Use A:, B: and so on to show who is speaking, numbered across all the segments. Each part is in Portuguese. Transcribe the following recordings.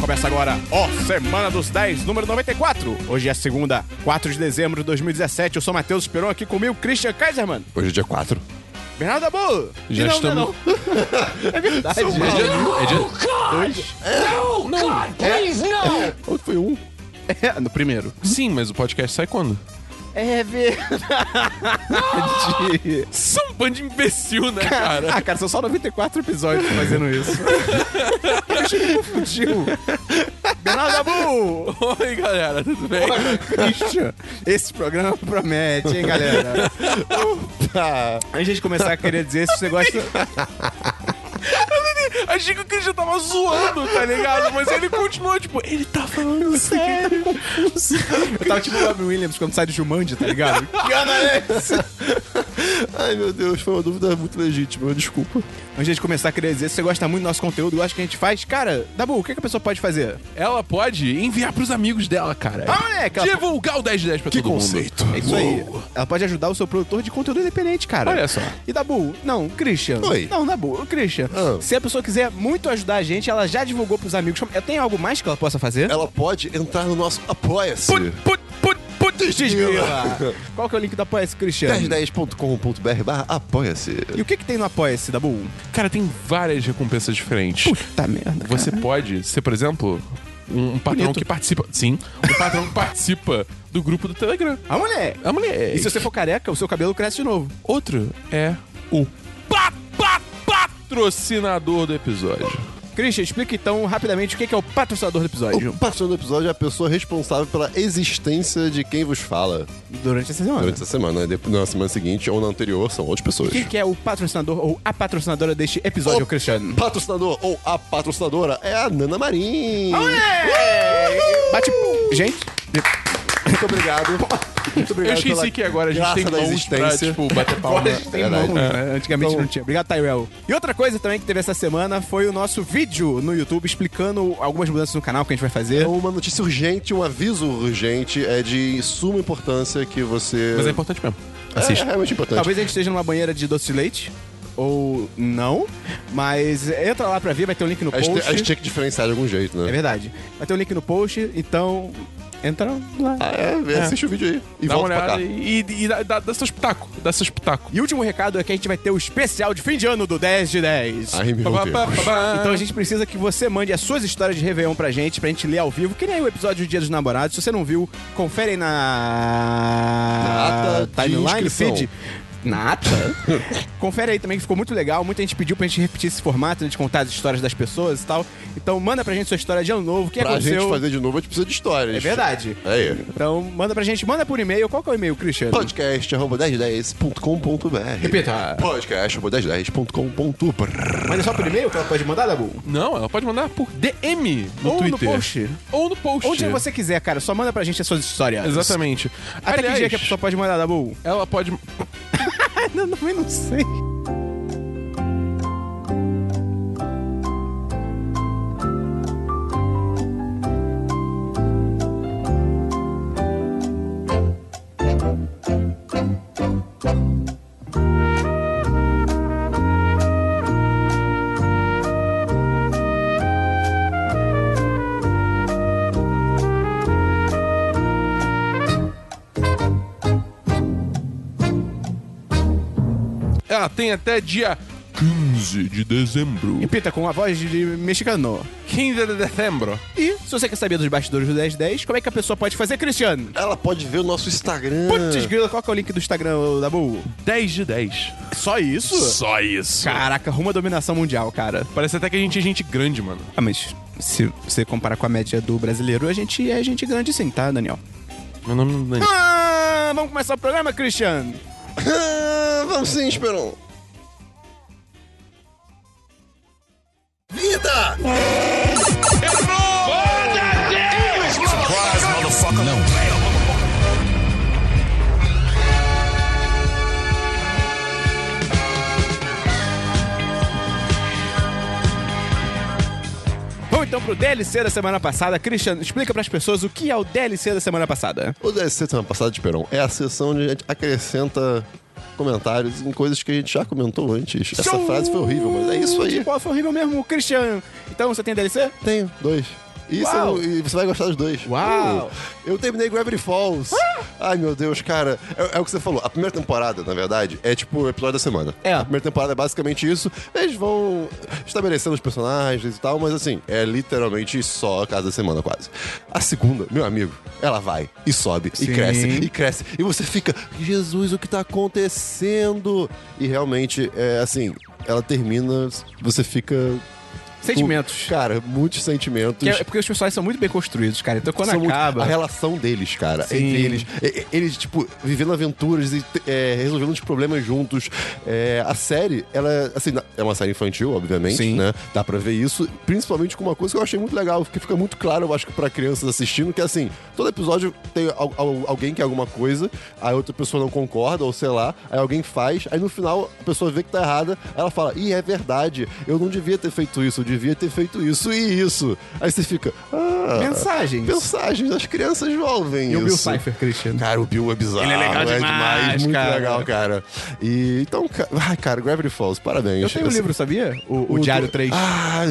A: Começa agora, ó, Semana dos 10, número 94. Hoje é segunda, 4 de dezembro de 2017. Eu sou Matheus Esperon, aqui comigo, Christian Kaiserman,
B: Hoje é dia 4.
A: Bernardo Dabu.
B: Já
A: E não,
B: estamos-
A: não, não. é verdade.
B: É dia. É dia...
C: No, God, please, no!
B: Outro foi um.
A: É, no primeiro.
B: Sim, mas o podcast sai quando?
A: É verdade.
B: São um bando de imbecil, né, cara?
A: Ah, cara, são só 94 episódios fazendo isso. Eu achei que confundiu. Bernardo Dabu.
B: Oi, galera, tudo bem?
A: Olha, Christian, esse programa promete, hein, galera? Opa! Antes de começar, eu queria dizer se você gosta.
B: Achei que o Christian tava zoando, tá ligado? Mas ele continuou, tipo, ele tá falando sério.
A: Eu tava tipo o Robin Williams quando sai de Jumanji, tá ligado? é
D: Ai, meu Deus, foi uma dúvida muito legítima, desculpa.
A: Antes de começar, eu queria dizer se você gosta muito do nosso conteúdo, gosta do que a gente faz. Cara, Dabu, o que, que a pessoa pode fazer?
B: Ela pode enviar pros amigos dela, é, cara.
A: Ah, moleque, ela-
B: Divulgar o 10 de 10 pra todo mundo.
A: É isso aí. Ela pode ajudar o seu produtor de conteúdo independente, cara.
B: Olha só.
A: E Dabu, não, Christian.
D: Oi.
A: Não, Dabu, o Christian.
D: Ah.
A: Se a pessoa quiser muito ajudar a gente, ela já divulgou pros amigos. Tem algo mais que ela possa fazer?
D: Ela pode entrar no nosso Apoia-se.
B: Put, put, put, put.
A: Se inscreva. Qual que é o link do Apoia-se, Cristiano?
D: 1010.com.br barra apoia-se.
A: E o que que tem no Apoia-se, Dabu?
B: Cara, tem várias recompensas diferentes.
A: Puta merda,
B: Você pode ser, por exemplo, um, um patrão
A: Bonito.
B: que participa. Sim, um patrão que participa do grupo do Telegram.
A: A mulher.
B: A mulher.
A: E se você for careca, o seu cabelo cresce de novo.
B: Outro é o pa- pa- patrocinador do episódio.
A: Christian, explica então rapidamente o que que é o patrocinador do episódio
D: O patrão do episódio é a pessoa responsável pela existência de quem vos fala
A: durante essa semana.
D: durante essa semana. Depois- Na semana seguinte ou na anterior são outras pessoas.
A: Quem que é o patrocinador ou a patrocinadora deste episódio,
D: O
A: Cristiano?
D: patrocinador ou a patrocinadora é a Nana Marim.
B: Ah,
A: Bate pum. Gente,
D: Muito obrigado. Muito obrigado
B: é? Eu esqueci
D: pela
B: que agora a gente
D: graça
B: tem
D: da
B: mãos pra,
D: existência.
B: tipo, bater palma.
A: agora a gente tem
D: É verdade.
A: mão, né? Antigamente
D: Então-
A: não tinha. Obrigado, Tyrell. E outra coisa também que teve essa semana foi o nosso vídeo no YouTube explicando algumas mudanças no canal que a gente vai fazer.
D: É uma notícia urgente, um aviso urgente, é de suma importância que você.
B: Mas é importante mesmo.
D: É,
B: Assista.
D: realmente importante.
A: Talvez a gente esteja numa banheira de doce de leite. Ou não. Mas entra lá pra ver, vai ter um link no
D: A gente,
A: post.
D: a gente tinha que diferenciar de algum jeito,
A: É
D: né?
A: verdade. Vai ter um link no post, então. Entra lá.
D: Ah, é, vê, assiste o vídeo aí e
B: Dá uma
D: volta pra cá.
B: olhada e, e dá, dá, dá seus pitacos. Dá seus pitacos.
A: E último recado é que a gente vai ter o especial de fim de ano do 10 de 10.
D: Ai, meu Deus.
A: Então
B: Então,
A: a gente precisa que você mande as suas histórias de Réveillon pra gente, pra gente ler ao vivo, que nem o episódio do Dia dos Namorados. Se você não viu, confere aí na.
D: Data de
A: timeline,
D: inscrição.
A: feed. Nata. confere aí também que ficou muito legal. Muita gente pediu pra gente repetir esse formato, né, de contar as histórias das pessoas e tal. Então manda pra gente sua história de ano novo, o que
D: Pra
A: aconteceu.
D: gente fazer de novo, a gente precisa de histórias.
A: É verdade.
D: Aí.
A: Então manda pra gente, manda por e-mail. Qual que é o e-mail, Cristiano?
D: podcast.1010.com.br
A: Repita.
D: podcast.1010.com.br
A: Mas é só por e-mail que ela pode mandar, Dabu?
B: Então, não, ela pode mandar por DM no
A: Ou no
B: Twitter.
A: post.
B: Ou no post.
A: Onde você quiser, cara. Só manda pra gente as suas histórias.
B: Exatamente.
A: Até
B: Aliás,
A: que dia que a pessoa pode mandar, Dabu?
B: ela pode...
A: Não, não, eu não sei.
B: Ela tem até dia 15 de dezembro.
A: Repita com a voz de mexicano.
B: 15 de dezembro.
A: E se você quer saber dos bastidores do 1010, como é que a pessoa pode fazer, Cristiano?
D: Ela pode ver o nosso Instagram.
A: Putz, grila, qual que é o link do Instagram, ô, Dabu?
B: 10 de 10.
A: Só isso?
B: Só isso.
A: Caraca, rumo à dominação mundial, cara.
B: Parece até que a gente é gente grande, mano.
A: Ah, mas se você comparar com a média do brasileiro, a gente é gente grande sim, tá, Daniel?
B: Meu nome não é Dani.
A: Ah, vamos começar o programa, Cristiano?
D: Ah, Vamos sim, Esperon. Vida!
A: Vamos então pro DLC da semana passada. Cristiano, explica pras pessoas o que é o DLC da semana passada.
D: O DLC semana passada de Esperon é a sessão onde a gente acrescenta comentários em coisas que a gente já comentou antes. Essa frase foi horrível, mas é isso aí.
A: Tipo, foi horrível mesmo, Cristiano. Então, você tem DLC?
D: Tenho dois. E,
A: Uau.
D: são- e você vai gostar dos dois. Uh,
A: Uau. Ah!
D: Eu terminei Gravity Falls. Ai, meu Deus, cara. É, é o que você falou. A primeira temporada, na verdade, é tipo o episódio da semana.
A: É.
D: A primeira temporada é basicamente isso. Eles vão estabelecendo os personagens e tal, mas assim, é literalmente só a casa da semana, quase. A segunda, meu amigo, ela vai e sobe
A: Sim.
D: e cresce e cresce. E você fica, Jesus, o que tá acontecendo? E realmente, é assim, ela termina, você fica. com-
A: Sentimentos.
D: Cara, muitos sentimentos.
A: Que é, é porque os personagens são muito bem construídos, cara. Então quando
D: São muito-
A: acaba.
D: A relação deles, cara,
A: Sim.
D: entre eles. E- e- Eles, tipo, vivendo aventuras e é, resolvendo os problemas juntos. É, a série, ela, assim, na- é uma série infantil, obviamente,
A: Sim.
D: né? Dá pra ver isso. Principalmente com uma coisa que eu achei muito legal, que fica muito claro, eu acho que pra crianças assistindo, que é assim, todo episódio tem al- al- alguém que é alguma coisa, aí outra pessoa não concorda, ou sei lá, aí alguém faz, aí no final a pessoa vê que tá errada, aí ela fala, ih, é verdade, eu não devia ter feito isso, eu devia ter feito isso e isso. Aí você fica, ah...
A: Mensagens.
D: Mensagens das crianças jovem.
A: E o Bill
D: isso.
A: Cipher, Cristiano.
D: Cara, o Bill é bizarro.
A: Ele é legal demais,
D: Muito
A: cara.
D: legal, cara. E então, ca- ai, cara, Gravity Falls, parabéns.
A: Eu tenho um
D: Assim,
A: livro, sabia? O, o Diário
D: do-
A: 3.
D: Ah,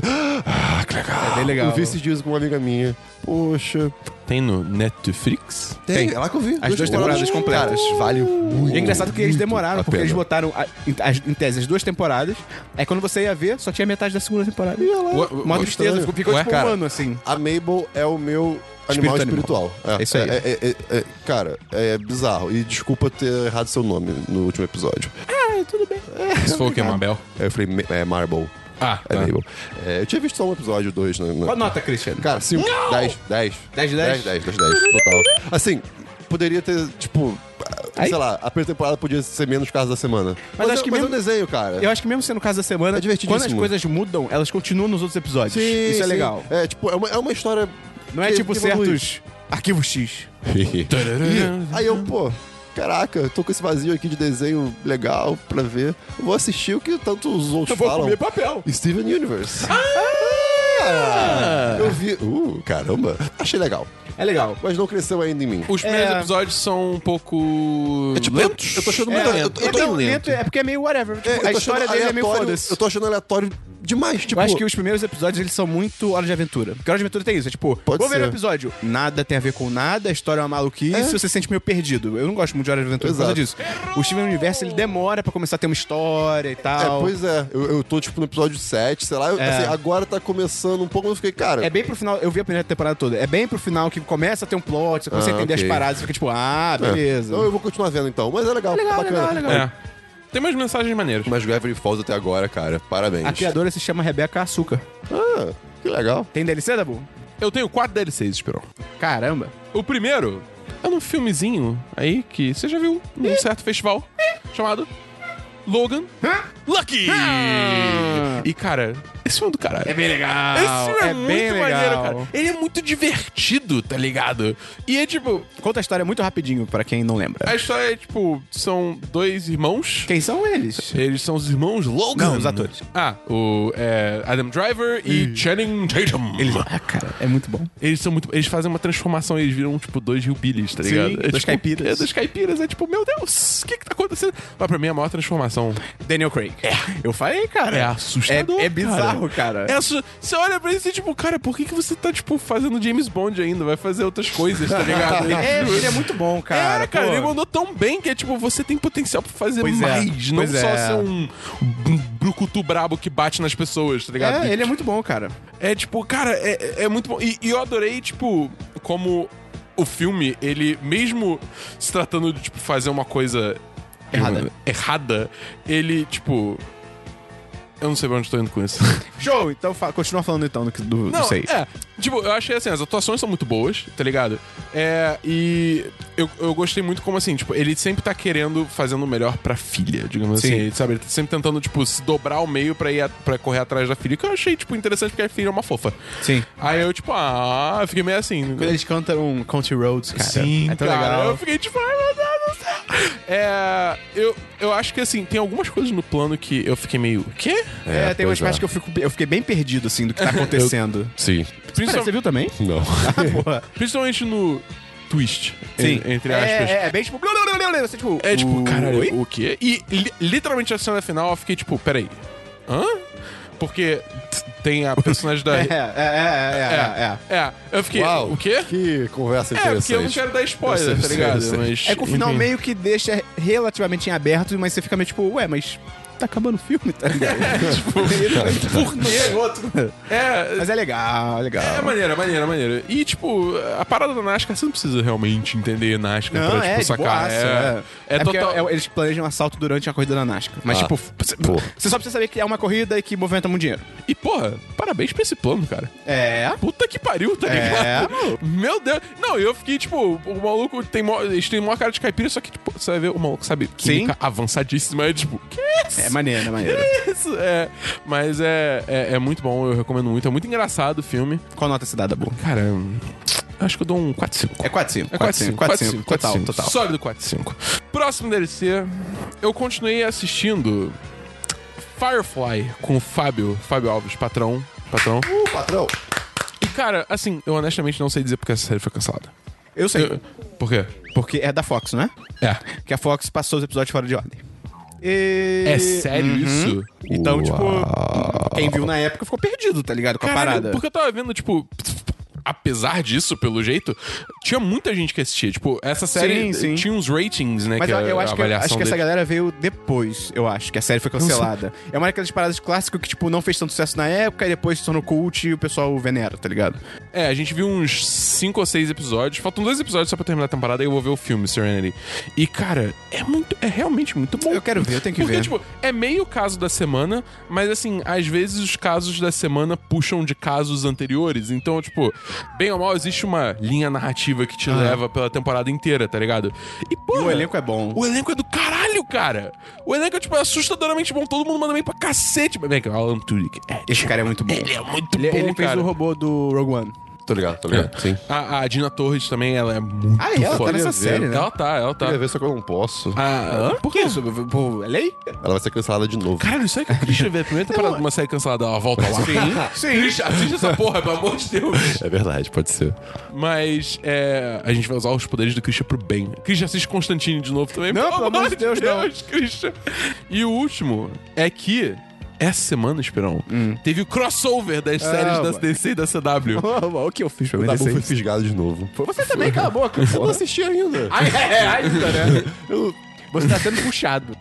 D: ah, que legal.
A: É bem legal.
D: Eu vi esses dias com uma amiga minha. Poxa.
B: Tem no Netflix?
A: Tem.
D: É lá que eu vi.
A: As duas temporadas completas.
D: Cara, vale muito.
A: E é engraçado que eles demoraram,
D: a
A: porque eles
D: pena.
A: botaram, a- em- as- em tese, as duas temporadas. Aí quando você ia ver, só tinha metade da segunda temporada.
D: Ia lá.
A: Mó
D: Ué,
A: tristeza,
D: estranho.
A: ficou, ficou
B: Ué,
A: tipo
B: cara.
A: um ano, assim.
D: A Mabel é o meu
A: Espírito
D: animal
A: animal.
D: espiritual.
A: É isso aí.
D: é- é- é- cara, é bizarro. E desculpa ter errado seu nome no último episódio.
B: Se for o que, Mabel?
D: Aí eu falei, "Ma- é Marble.
B: Ah,
D: É
B: tá.
D: Mabel. É, eu tinha visto só um episódio, dois. Né, né?
A: Qual a nota, Cristiano?
D: Cara, 5, 10, 10.
A: 10 de 10?
D: 10, 10, 10, 10, total. Assim, poderia ter, tipo,
A: Aí-
D: sei lá, a primeira temporada podia ser menos casos da semana. Mas,
A: acho
D: é-
A: que
D: mas
A: mesmo-
D: é um desenho, cara.
A: Eu acho que mesmo sendo o caso da semana,
D: É divertidíssimo.
A: quando as coisas mudam, elas continuam nos outros episódios. Isso é
D: sim.
A: legal.
D: É, tipo, é uma, é uma história.
A: Não é
D: que-
A: tipo
D: que evolui.
A: certos arquivos X.
D: Ih, Aí eu, pô, caraca, tô com esse vazio aqui de desenho legal pra ver. Eu Vou assistir o que tanto os outros falam.
A: papel.
D: Steven Universe. Ah! Eu vi. Uh, caramba. Achei legal.
A: É legal.
D: Mas não cresceu ainda em mim.
B: Os primeiros
A: É.
B: episódios são um pouco.
D: É tipo, eu,
B: lentos.
D: eu tô achando
A: É,
D: muito lento. Eu
A: é
D: tô,
A: meio lento, é porque é meio whatever. Tipo,
D: é, eu tô
A: a história
D: achando
A: dele é meio
D: aleatório-
A: foda-se.
D: Eu tô achando aleatório demais, tipo...
A: Eu acho que os primeiros episódios eles são muito Hora de Aventura. Porque Hora de Aventura tem isso. É tipo,
D: Pode
A: vou ver
D: ser.
A: o episódio. Nada tem a ver com nada, a história é uma maluquice, você se sente meio perdido. Eu não gosto muito de Hora de Aventura por causa disso.
D: Exato.
A: O Steven Universo ele demora pra começar a ter uma história e
D: É,
A: tal.
D: pois é. Eu, eu tô, tipo, no episódio 7, sei lá. eu-
A: É.
D: assim, agora tá começando um pouco, mas eu fiquei, cara...
A: É bem pro final, eu vi a primeira temporada toda. É bem pro final que começa a ter um plot, você começa a
D: Ah,
A: entender
D: ok.
A: as paradas, fica tipo, ah,
D: é,
A: beleza.
D: então eu vou continuar vendo, então. Mas é legal,
A: Legal,
D: bacana.
A: legal, legal.
B: É. Tem umas mensagens maneiras.
D: Mas Gravity Falls até agora, cara. Parabéns.
A: A criadora se chama Rebeca Açúcar.
D: Ah, que legal.
A: Tem DLC, Dabu?
B: Eu tenho quatro DLCs, Esperon.
A: Caramba.
B: O primeiro é num filmezinho aí que você já viu num certo festival chamado Logan Lucky! E, cara, esse filme é do caralho.
A: Ah! bem legal.
B: Esse filme é,
A: é
B: muito
A: bem
B: maneiro,
A: legal.
B: cara. Ele é muito divertido, tá ligado? E é tipo,
A: Conta a história muito rapidinho pra quem não lembra.
B: a história é tipo, são dois irmãos.
A: Quem são eles?
B: Eles são os irmãos Logan.
A: Não, os atores.
B: Ah, o é, Adam Driver e Channing Tatum.
A: Eles... Ah, cara, é muito bom.
B: Eles são muito. Eles fazem uma transformação, eles viram, tipo, dois riobilhos, tá ligado? é,
A: dois
B: tipo,
A: caipiras.
B: É, dois caipiras. É tipo, meu Deus, o que que tá acontecendo? Mas pra mim é a maior transformação.
A: Daniel Craig. É. Eu falei, cara.
B: É assustador.
A: É, é bizarro, cara.
B: É assu- Você olha pra isso e tipo, cara, por que, que você tá, tipo, fazendo James Bond ainda? Vai fazer outras coisas, tá ligado?
A: É, ele é muito bom, cara.
B: é, cara,
A: pô.
B: ele mandou tão bem que é tipo, você tem potencial pra fazer
A: Pois é,
B: mais, não
A: pois
B: só
A: é.
B: ser um, um brucutu brabo que bate nas pessoas, tá ligado?
A: É, ele é muito bom, cara.
B: É tipo, cara, é, é- é muito bom. E, e eu adorei, tipo, como o filme, ele, mesmo se tratando de, tipo, fazer uma coisa
A: Errada.
B: errada ele, tipo. Eu não sei pra onde eu tô indo com isso.
A: Show, então fa- continua falando então do que do,
B: Não,
A: do seis.
B: é. Tipo, eu achei assim, as atuações são muito boas, tá ligado? É, e eu, eu gostei muito como assim, tipo, ele sempre tá querendo fazendo o melhor pra filha, digamos
A: Sim.
B: assim. Ele, sabe, ele tá sempre tentando, tipo, se dobrar ao meio pra, ir a, pra correr atrás da filha, que eu achei, tipo, interessante porque a filha é uma fofa.
A: Sim.
B: Aí eu, tipo, ah, eu fiquei meio assim.
A: Quando eles cantam um Country Roads, cara.
B: Sim,
A: é tão
B: cara.
A: legal.
B: Eu fiquei tipo, ai meu Deus do céu. É, eu, eu acho que assim, tem algumas coisas no plano que eu fiquei meio. Quê?
A: É, tem umas
D: pois é.
A: partes que eu, fico, eu fiquei bem perdido, assim, do que tá acontecendo.
D: Sim.
A: Pera,
B: Principal-
A: você viu também?
D: Não.
A: Porra.
B: principalmente no twist. en-
A: Sim.
B: Entre aspas.
A: É, é, é bem tipo... blá, blá, blá, blá, blá, Você, tipo
B: É tipo,
A: ui?
B: caralho, o quê? E li- literalmente a cena final eu fiquei tipo, peraí. Hã? Porque tss, tem a personagem da.
A: É, é, é, é, é.
B: é. Eu fiquei.
D: Uau,
B: O quê?
D: Que conversa
B: É, porque
D: interessante.
B: eu não quero dar
D: Eu sei,
B: spoiler, tá
D: eu sei, eu
B: ligado?
D: sei.
B: Mas,
A: É que o final
B: enfim.
A: meio que deixa relativamente em aberto, mas você fica meio tipo, ué, mas tá acabando o filme, tá ligado? tipo, por quê? Outro.
B: É,
A: Mas é legal, é legal.
B: É maneira, maneira, maneira. E, tipo, a parada da NASCAR, você não precisa realmente entender NASCAR pra, tipo,
A: é, de
B: sacar.
A: boaça,
B: é, é,
A: porque
B: total.
A: é- eles planejam assalto durante a corrida da NASCAR. Mas,
D: Ah,
A: tipo, você
D: pô.
A: você só precisa saber que é uma corrida e que movimenta muito dinheiro.
B: E, porra, parabéns pra esse plano, cara.
A: É.
B: Puta que pariu, tá
A: É,
B: ligado?
A: maluco.
B: Meu Deus. Não, eu fiquei, tipo, o maluco tem mó, eles têm mó cara de caipira, só que, tipo, você vai ver o maluco, sabe, química avançadíssima. É tipo, que isso?
A: É maneiro, é maneiro.
B: Que isso? É, mas é, é, é muito bom, eu recomendo muito. É muito engraçado o filme.
A: Qual nota você dá, Dabu?
B: Cara, eu acho que eu dou um 4-5.
A: É 4-5.
B: É 4-5,
A: 4-5.
B: 4-5,
A: Total, total.
B: Sólido 4-5. Próximo DLC, eu continuei assistindo Firefly com o Fábio, Fábio Alves, patrão. Patrão.
D: Uh, patrão.
B: E cara, assim, eu honestamente não sei dizer porque essa série foi cancelada.
A: Eu sei.
B: Eu- por quê?
A: Porque é da Fox, né?
B: É.
A: Que a Fox passou os episódios fora de ordem. E-
B: É sério isso?
A: Então, tipo, quem viu na época ficou perdido, tá ligado? Com a
B: Caralho,
A: parada.
B: Porque eu tava vendo, tipo. Apesar disso, pelo jeito, tinha muita gente que assistia. Tipo, essa série
A: Sim, sim.
B: tinha uns ratings, né?
A: Mas
B: que
A: eu,
B: a-
A: eu
B: a
A: acho, que,
B: avaliação
A: acho que
B: deles.
A: essa galera veio depois, eu acho, que a série foi cancelada. É uma daquelas paradas clássicas que, tipo, não fez tanto sucesso na época e depois se tornou cult e o pessoal venera, tá ligado?
B: É, a gente viu uns 5 ou 6 episódios. Faltam dois episódios só pra terminar a temporada e eu vou ver o filme, Serenity. E, cara, é muito. É realmente muito bom.
A: Eu quero ver, eu tenho que
B: Porque,
A: ver.
B: tipo, é meio caso da semana, mas assim, às vezes os casos da semana puxam de casos anteriores. Então, tipo, bem ou mal, existe uma linha narrativa que te leva pela temporada inteira, tá ligado? E, pô.
A: Ah. o elenco é bom.
B: O elenco é do caralho, cara. O elenco é, tipo, assustadoramente bom. Todo mundo manda bem pra cacete. Mas, bem, que o Alan Tudyk é
A: Esse cara é muito bom.
B: Ele é muito
A: ele,
B: bom,
A: ele fez
B: cara.
A: o robô do Rogue One.
D: Tô ligado, tô
A: É.
D: ligado. Sim.
B: A, a Dina Torres também, ela é muito
A: Ah, ela tá
B: foda.
A: nessa
B: Queria
A: série, né?
B: Ela tá, ela tá.
D: Queria ver, só que eu não posso.
B: Ah, hã?
A: Por que isso? Pô, é lei?
D: Ela vai ser cancelada de novo.
B: Caralho, isso aí que eu queria ver. A primeira temporada de uma série cancelada, ela volta lá.
A: Sim.
B: Assiste- Assiste essa porra, pelo amor de Deus.
D: É verdade, pode ser.
B: Mas é, a gente vai usar os poderes do Christian pro bem. Christian assiste Constantine de novo também.
A: Não, pelo amor de Deus, não.
B: Christian. E o último é que essa semana, Esperão, teve o crossover das séries da
A: Hum. Ah, mano.
B: DC e da CW.
A: o que eu fiz pra
D: O Dabu foi
A: merecer isso?
D: fisgado de novo.
A: Você também, cala a boca.
D: Eu não assisti ainda.
A: Ai, é, é, ainda, né? Você tá sendo puxado.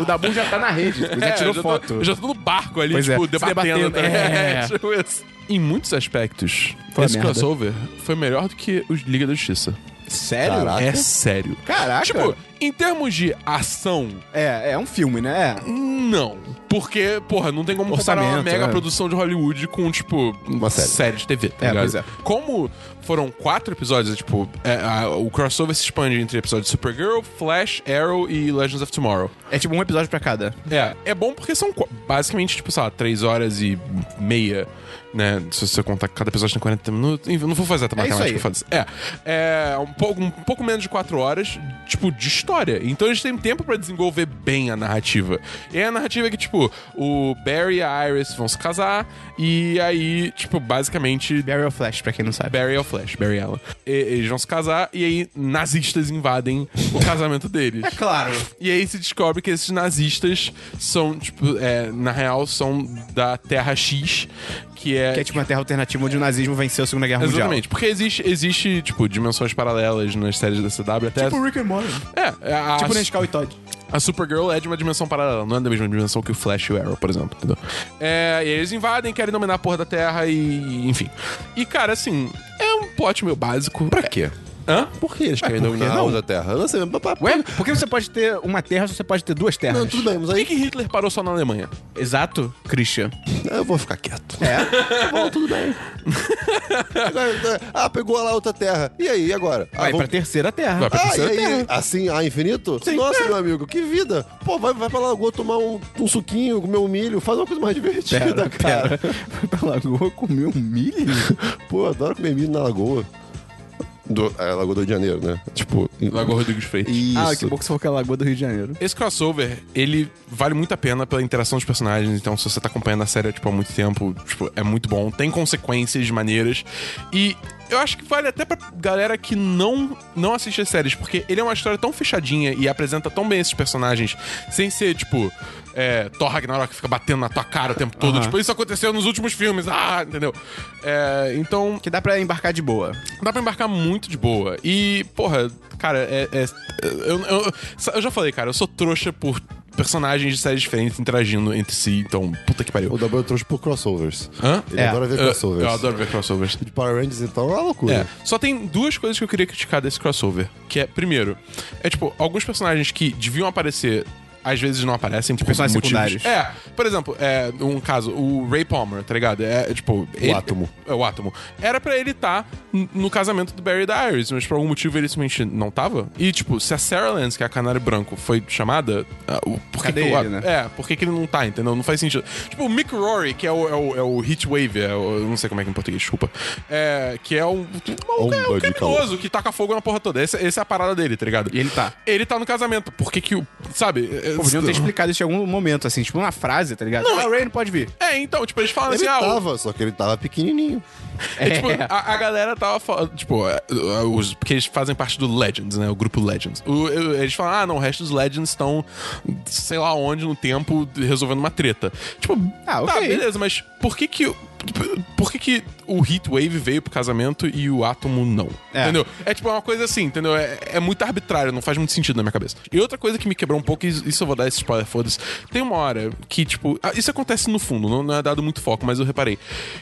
A: o Dabu já tá na rede, ele já
B: É,
A: tirou
B: eu tô-
A: foto.
B: eu já tô no barco ali,
A: Pois é,
B: tipo,
A: se
B: debatendo.
A: debatendo,
B: né?
A: é.
B: tipo isso. Em muitos aspectos,
A: Foi
B: esse
A: merda.
B: crossover foi melhor do que os Liga da Justiça.
A: Sério?
D: Caraca.
B: É sério.
A: Caraca.
B: Tipo, em termos de ação,
A: É, é um filme, né? É.
B: não. Porque, porra, não tem como comparar uma
A: Orçamento,
B: mega
A: é.
B: produção de Hollywood com, tipo,
D: Uma série.
B: de TV, tá
A: É,
B: ligado?
A: pois é.
B: Como foram quatro episódios, é, tipo, é, a- o crossover se expande entre episódios de Supergirl, Flash, Arrow e Legends of Tomorrow.
A: É tipo um episódio pra cada.
B: É, é bom porque são qu- basicamente, tipo, sei lá, 3 horas e meia, né? Se você contar que cada episódio tem 40 minutos. Enfim, eu não vou fazer até
A: É isso
B: matemática,
A: aí.
B: foda-se. É, é um pouco, um pouco menos de 4 horas, tipo, de história. Então eles têm tempo pra desenvolver bem a narrativa. E a narrativa é que, tipo, o Barry e a Iris vão se casar, e aí, tipo, basicamente.
A: Barry Flash, pra quem não sabe.
B: Barry é o Flash, Barry Allen. E- Eles vão se casar e aí nazistas invadem o casamento deles.
A: É Claro.
B: E aí se descobre que esses nazistas são, tipo, é, na real, são da Terra X, que é.
A: Que é tipo uma terra alternativa onde o nazismo venceu a Segunda Guerra
B: Exatamente, porque existe, existe, tipo, dimensões paralelas nas séries da CW até.
A: Mundial. Tipo Rick and Morty.
B: é, a,
A: Tipo Nescau e Todd.
B: a Supergirl é de uma dimensão paralela, não é da mesma dimensão que o Flash e o Arrow, por exemplo, entendeu? É, e eles invadem, querem dominar a porra da Terra e. enfim. E, cara, assim, é um plot meio básico. Pra
D: quê?
B: Hã?
D: Por que eles querem dominar a alma da Terra? Eu não sei. mas- mas-
A: Ué? Por que você pode ter uma terra se você pode ter duas terras?
D: Não, tudo bem, mas
B: Por que,
D: aí
B: que Hitler parou só na Alemanha?
A: Exato, Christian.
D: eu vou ficar quieto.
A: É.
D: Tá bom, tudo bem. Agora, ah, pegou lá outra terra. E aí, e agora? Ah,
A: Vai
D: vamos-
A: pra terceira terra.
B: Vai pra
D: Ah, e
B: terceira
D: aí, assim, a infinito? Nossa, meu amigo, que vida. Pô, vai, vai pra Lagoa tomar um, um suquinho, comer um milho, faz uma coisa mais divertida,
A: Pera,
D: cara.
A: pera. Foi pra lagoa comer um milho?
D: Pô, eu adoro comer milho na Lagoa. Do, é, Lagoa do Rio de Janeiro, né? Tipo... em-
B: Lago Rodrigues Freitas.
D: Isso.
A: Ah, que bom que você falou que é a lagoa do Rio de Janeiro.
B: Esse crossover, ele vale muito a pena pela interação dos personagens, então se você tá acompanhando a série tipo, há muito tempo, tipo, é muito bom, tem consequências maneiras. E eu acho que vale até pra galera que não, não assiste as séries, porque ele é uma história tão fechadinha e apresenta tão bem esses personagens, sem ser, tipo, é, Thor Ragnarok que fica batendo na tua cara o tempo todo.
A: Aham.
B: Tipo, isso aconteceu nos últimos filmes, ah, entendeu? É, então,
A: Que dá pra embarcar de boa.
B: dá pra embarcar muito de boa. E, porra, cara, é. é- eu, eu- eu já falei, cara, eu sou trouxa por personagens de séries diferentes interagindo entre si, então, puta que pariu.
D: O W trouxe por crossovers.
B: Hã?
D: Ele
A: É.
D: adora ver
B: Eu,
D: crossovers.
B: eu adoro ver crossovers.
D: De Power Rangers, então, é uma loucura.
B: É. Só tem duas coisas que eu queria criticar desse crossover. Que é, primeiro, é tipo, alguns personagens que deviam aparecer. Às vezes não
D: Tipo,
B: aparecem por
A: personagens
B: motivos.
A: secundário.
B: É, por exemplo, é, um caso, o Ray Palmer, tá ligado? É, tipo. ele-
D: Átomo.
B: É o átomo. Era pra ele estar no casamento do Barry e da Iris, mas por algum motivo ele simplesmente não tava. E, tipo, se a Sarah Lance, que é a canário branco, foi chamada, ah, o- por que
A: Cadê
B: que o-
A: ele, né?
B: É, por que, que ele não tá, entendeu? Não faz sentido. Tipo, o Mick Rory, que é o, é o, é o Heat Wave, é o- eu não sei como é que é em português, desculpa. É, que é um, um, é um
D: Onda de
B: criminoso que taca fogo na porra toda. Essa, essa é a parada dele, tá ligado?
A: E ele tá.
B: Ele tá no casamento. Por que que o... Sabe? É,
A: Pô, podiam ter explicado isso em algum momento, assim, tipo uma frase, tá ligado? Não, a Ray não pode vir.
B: É, então, tipo, eles falam
D: Ele
B: assim... ah, o-
D: tava, só que ele tava pequenininho.
B: É, tipo, a, a galera tava falando. Tipo, é, é, os, porque eles fazem parte do Legends, né? O grupo Legends. O- eu- eles falam, ah, não, o resto dos Legends estão, sei lá onde, no tempo, resolvendo uma treta. Tipo,
A: Ah,
B: tá,
A: ok.
B: beleza, mas por que que. o- Por que, que o Heatwave veio pro casamento e o Átomo não?
A: É.
B: Entendeu? É tipo uma coisa assim, entendeu? É, é muito arbitrário, não faz muito sentido na minha cabeça. E outra coisa que me quebrou um pouco, e isso eu vou dar esse spoiler, foda-se. Tem uma hora que, tipo, ah, isso acontece no fundo, não, não é dado muito foco, mas eu reparei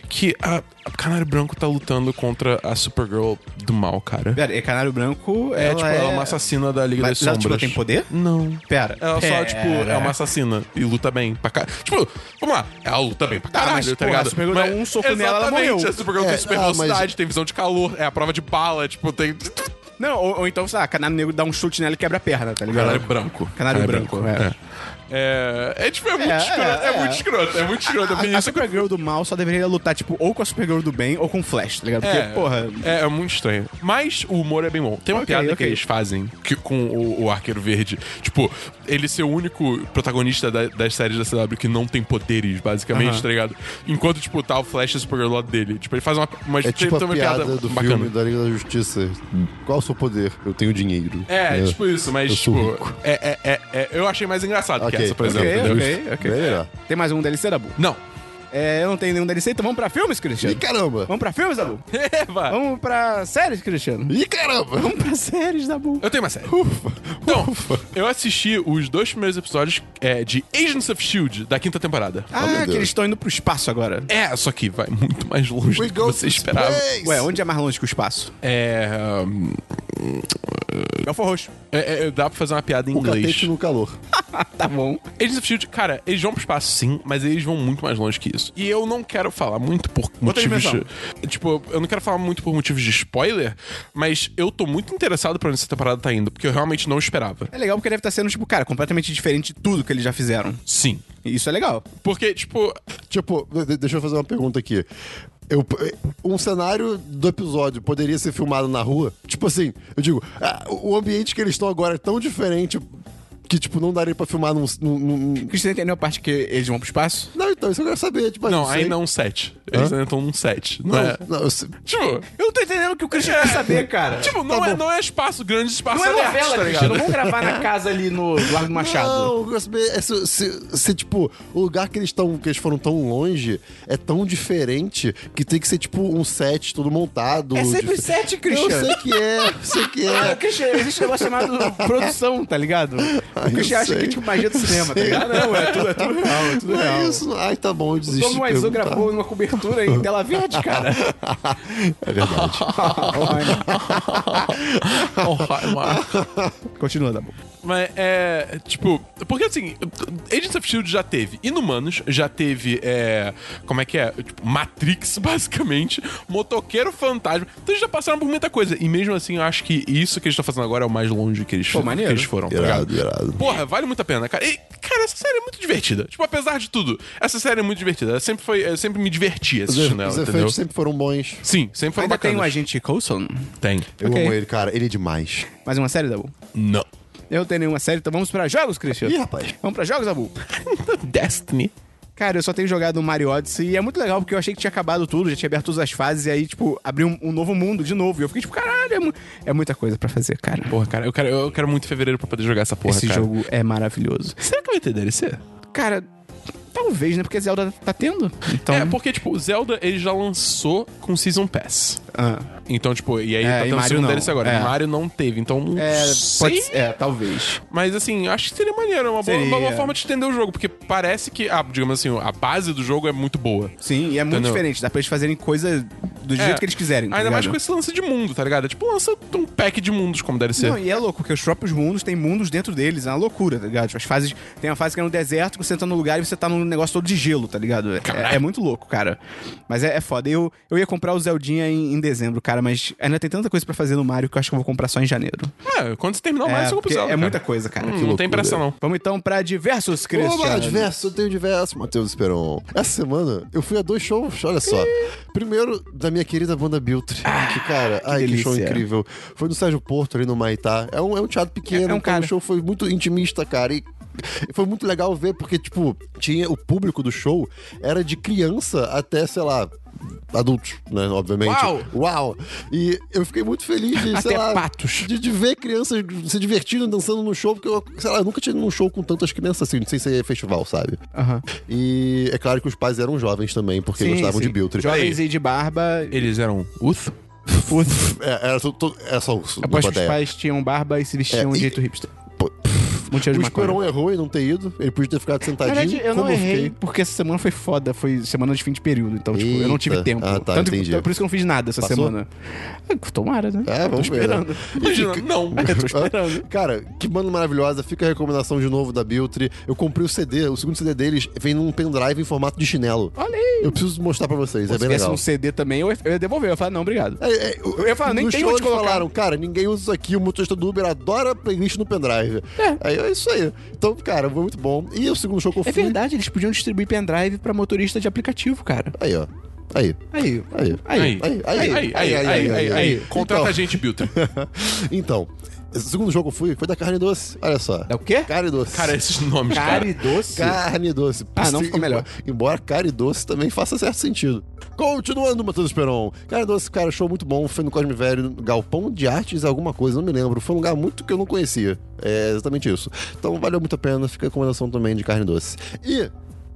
B: que a, a Canário Branco tá lutando contra a Supergirl do mal, cara.
A: Pera, e Canário Branco
B: É,
A: ela
B: tipo, ela é uma assassina da Liga
A: Mas
B: das
A: ela,
B: Sombras.
A: tipo, tem poder?
B: Não.
A: Pera.
B: Ela só,
A: pera.
B: tipo, é uma assassina e luta bem pra caralho. Tipo, vamos lá, ela luta bem pra
A: Tá,
B: caralho,
A: mas,
B: tá
A: porra,
B: ligado?
A: a Supergirl dá um soco nela, ela
B: Exatamente,
A: morreu.
B: A Supergirl tem
D: É,
B: super
D: ah, mas-
B: velocidade, tem visão de calor, é a prova de bala, tipo, tem...
A: Não, ou, ou então, sei lá, Canário Negro dá um chute nela e quebra a perna, tá ligado?
B: Canário branco.
A: Canário branco,
B: É. É, é, tipo, é muito
A: É,
B: escroto, é,
A: é,
B: muito escroto, é muito escroto. Eu
A: A,
B: fiz
A: a
B: isso com-
A: Supergirl do mal só deveria lutar, tipo, ou com a Supergirl do bem ou com o Flash, tá ligado? Porque, porra.
B: É, é muito estranho. Mas o humor é bem bom. Tem uma
A: Ok,
B: piada que
A: ok.
B: eles fazem que, com o, o Arqueiro Verde. Tipo, ele ser o único protagonista da- das séries da CW que não tem poderes, basicamente,
A: Aham.
B: tá ligado? Enquanto, tipo, tá o Flash e o Supergirl do lado dele. Tipo, ele faz uma, uma,
D: É tipo
B: tem
D: a
B: uma
D: piada, do filme da Liga da Justiça. Qual o seu poder? Eu tenho dinheiro.
B: Hum. É, tipo isso, mas,
D: Eu sou
B: tipo,
D: rico.
B: é, é, é, é- eu achei mais engraçado
D: Ok,
B: que essa, por
D: ok,
B: exemplo. entendeu?
A: ok, ok.
D: Melhor.
A: Tem mais um DLC, Dabu?
B: Não.
A: É, eu não tenho nenhum DLC, então vamos pra filmes,
D: Ih,
A: Cristiano?
D: caramba!
A: Vamos pra filmes, Dabu?
B: Eva!
A: Vamos pra séries, Cristiano?
D: Ih, caramba!
A: Vamos pra séries, Dabu.
B: Eu tenho uma série. Ufa, então, eu assisti os dois primeiros episódios é, de Agents of S.H.I.E.L.D. da quinta temporada.
A: Ah,
D: meu
A: que
D: Deus.
A: eles estão indo pro espaço agora.
B: É, só que vai muito mais longe do que você esperava.
A: Ué, onde é mais longe que o espaço?
B: É, hum,
A: Belfor Roxo.
B: é, é, Dá pra fazer uma piada em
D: O
B: inglês.
D: catete no calor.
A: Tá bom.
B: Agents of Shield, cara, eles vão pro espaço sim, mas eles vão muito mais longe que isso. E eu não quero falar muito por motivos.
A: dimensão.
B: de- tipo, eu não quero falar muito por motivos de spoiler, mas eu tô muito interessado pra onde essa temporada tá indo, porque eu realmente não esperava.
A: É legal porque deve estar sendo, tipo, cara, completamente diferente de tudo que eles já fizeram.
B: Sim.
A: E isso é legal.
B: Porque, tipo,
D: Tipo, de- de- deixa eu fazer uma pergunta aqui. Eu- um cenário do episódio poderia ser filmado na rua? Tipo assim, eu digo, ah, o ambiente que eles estão agora é tão diferente que, tipo, não daria pra filmar num. num- num-
A: Cristiano entendeu a parte que eles vão pro espaço?
D: Não, então, isso eu quero saber. Tipo, ah,
B: não,
D: sei.
B: ainda é um set. Eles ainda estão num set. Não,
D: Não,
B: é.
D: não, eu sei.
B: Tipo,
A: Eu não tô entendendo o que o Cristiano quer saber, cara.
B: tipo não, é, não é espaço grande, espaço
A: Tá não é
B: aberto,
A: novela,
B: tá
A: Cristiano.
B: ligado?
A: Vamos gravar na casa ali no Largo Machado.
D: Não, eu quero saber é se, se- se, tipo, o lugar que eles estão, que eles foram tão longe é tão diferente que tem que ser, tipo, um set todo montado.
A: É sempre
D: dif-
A: sete,
D: Eu
A: Cristiano.
D: sei que é, eu sei que
A: Ah,
D: é.
A: Cristiano, existe um negócio chamado produção, tá ligado? O Cristiano
D: Ah, eu
A: acha que é
D: sei.
A: tipo magia do cinema, tá ligado? Não, é tudo, é tudo real, é tudo
D: Não
A: real.
D: é isso, não. ai, tá bom, eu desisti.
A: Como
D: de
A: o Aizu
D: perguntar.
A: um, gravou uma cobertura em tela verde, cara.
D: É verdade.
B: Oh, hi, Mark.
A: Continua, Dabu.
B: Mas é. Tipo, porque assim, Agents of Shield já teve Inumanos, já teve. É, como é que é? Tipo, Matrix, basicamente. Motoqueiro Fantasma. Então eles já passaram por muita coisa. E mesmo assim, eu acho que isso que eles estão fazendo agora é o mais longe que eles,
A: Pô,
B: que
A: maneiro.
B: eles foram. tá ligado?
D: Irado, irado.
B: Porra, vale muito a pena, cara. E, cara, essa série é muito divertida. Tipo, apesar de tudo, essa série é muito divertida. Ela sempre foi, eu sempre me diverti
D: Os,
B: assistindo ela,
D: os
B: entendeu?
D: efeitos sempre foram bons.
B: Sim, sempre foi
A: Ainda tem o
B: bacana.
A: agente Coulson?
B: Tem.
D: Eu
A: Ok.
D: amo ele, cara. Ele é demais.
A: Mais uma série, Dabu?
B: Não.
A: Eu não tenho nenhuma série, então vamos pra jogos, Cristiano.
D: Ih, rapaz.
A: Vamos pra jogos, Dabu?
B: Destiny.
A: Cara, eu só tenho jogado o Mario Odyssey e é muito legal porque eu achei que tinha acabado tudo, já tinha aberto todas as fases e aí, tipo, abriu um, um novo mundo de novo. E eu fiquei tipo, caralho, é, mu- é muita coisa pra fazer, cara.
B: Porra, cara, eu quero, eu quero muito fevereiro pra poder jogar essa porra,
A: Esse
B: cara. É,
A: jogo é maravilhoso.
B: Será que vai ter DLC?
A: Cara, talvez, né? Porque Zelda tá tendo. Então.
B: É, porque, tipo, o Zelda, ele já lançou com Season Pass.
A: Ah,
B: Então, tipo, e aí
A: É,
B: tá
A: e
B: tendo o
A: Mario
B: segundo
A: não.
B: DLC agora.
A: É.
B: Mario não teve, então não
A: é,
B: sei.
A: pode, é, talvez.
B: Mas, assim, acho que seria maneiro. é Uma boa, uma boa
A: Seria.
B: forma de estender o jogo, porque parece que, a, digamos assim, a base do jogo é muito boa.
A: Sim, e é muito
B: Entendeu?
A: diferente. Dá pra eles fazerem coisa do
B: É.
A: jeito que eles quiserem. tá
B: Ainda mais
A: ligado?
B: com esse lance de mundo, tá ligado? É Tipo, lança um pack de mundos como DLC.
A: Não, e é louco, porque os próprios mundos têm mundos dentro deles, é uma loucura, tá ligado? Tipo, As fases. Tem uma fase que é no deserto, que você tá num lugar e você tá num negócio todo de gelo, tá ligado? É- É, é muito louco, cara. Mas é, é foda. Eu, eu ia comprar o Zeldinha em, em dezembro, cara, mas ainda tem tanta coisa pra fazer no Mario que eu acho que eu vou comprar só em janeiro.
B: É, quando você terminar o Mario,
A: é,
B: você compra o
A: porque
B: Zelda,
A: é
B: cara.
A: muita coisa, cara.
B: Hum,
A: que
B: não
A: loucura.
B: tem pressa, não.
A: Vamos então pra diversos, Christian.
D: Oba, diverso, eu tenho diverso, Matheus Esperon. Essa semana eu fui a dois shows, olha só. Primeiro, da minha querida banda Biltre. que, cara, ai, que show
A: Ah, delícia.
D: incrível. Foi no Sérgio Porto, ali no Maitá. É um, é um teatro pequeno,
A: É- é um
D: então
A: cara.
D: o show foi muito intimista, cara. E foi muito legal ver, porque, tipo, tinha o público do show era de criança até, sei lá. Adultos, né? Obviamente.
B: Uau!
D: Uau! E eu fiquei muito feliz de, sei
B: Até
D: lá,
B: patos.
D: de, de ver crianças se divertindo, dançando no show, porque eu, sei lá, eu nunca tinha ido num show com tantas crianças assim, sem ser festival, sabe?
A: Aham.
D: E é claro que os pais eram jovens também, porque
A: Sim,
D: gostavam
A: sim.
D: de Biltre.
A: Jovens e de barba.
B: Eles eram Uth?
D: É, era, to, to- era só isso. na
A: Aposto que os
D: plateia.
A: pais tinham barba e se vestiam
D: É,
A: de
D: e-
A: jeito hipster.
D: Pô,
A: Um tiro de
D: O
A: maconha.
D: Esperon errou em não ter ido, ele podia ter ficado
A: Na
D: sentadinho.
A: verdade, eu não
D: como
A: errei,
D: fiquei.
A: porque essa semana foi foda. Foi semana de fim de período, então, tipo, eu não tive
D: Eita.
A: tempo.
D: Ah, tá,
A: Tanto que-
D: entendi.
A: por isso que eu não fiz nada essa
D: Passou?
A: semana. Ah, Tomara, né?
D: É, vamos
A: Tô
D: ver, né?
A: esperando.
B: Imagina, não.
A: Eu tô esperando.
D: Cara, que banda maravilhosa. Fica a recomendação de novo da Biltre. Eu comprei o CD, o segundo CD deles vem num pendrive em formato de chinelo.
A: Olha aí.
D: Eu preciso mostrar pra vocês,
A: Se
D: é bem
A: tivesse
D: legal.
A: um CD também, eu ia eu ia devolver. Eu ia falar, não, obrigado.
D: É, é,
A: Eu ia falar, nem
D: no
A: tem
D: show
A: onde
D: eles
A: colocar.
D: falaram, cara, ninguém usa isso aqui, o motorista do Uber adora playlist no pendrive. É. Aí é isso aí. Então, cara, foi muito bom. E o segundo show que eu
A: É
D: fui.
A: verdade, eles podiam distribuir pendrive pra motorista de aplicativo, cara.
D: Aí, ó. Aí.
A: Aí,
D: Aí.
A: aí.
D: Aí,
B: Aí, aí, aí, aí, aí. Contrata a gente, Biltre.
D: Então, esse segundo jogo que eu fui foi da carne doce. Olha só.
A: É o quê?
D: Carne doce.
B: Cara, esses nomes, cara.
A: Cara e doce.
D: Carne doce.
A: Ah, não
D: Se-
A: ficou melhor.
D: Embora carne doce também faça certo sentido. Continuando, Matheus Esperon. Carne doce, cara, show muito bom. Foi no Cosme Velho, no Galpão de Artes, alguma coisa, não me lembro. Foi um lugar muito que eu não conhecia. É exatamente isso. Então valeu muito a pena. Fica a recomendação também de carne doce. E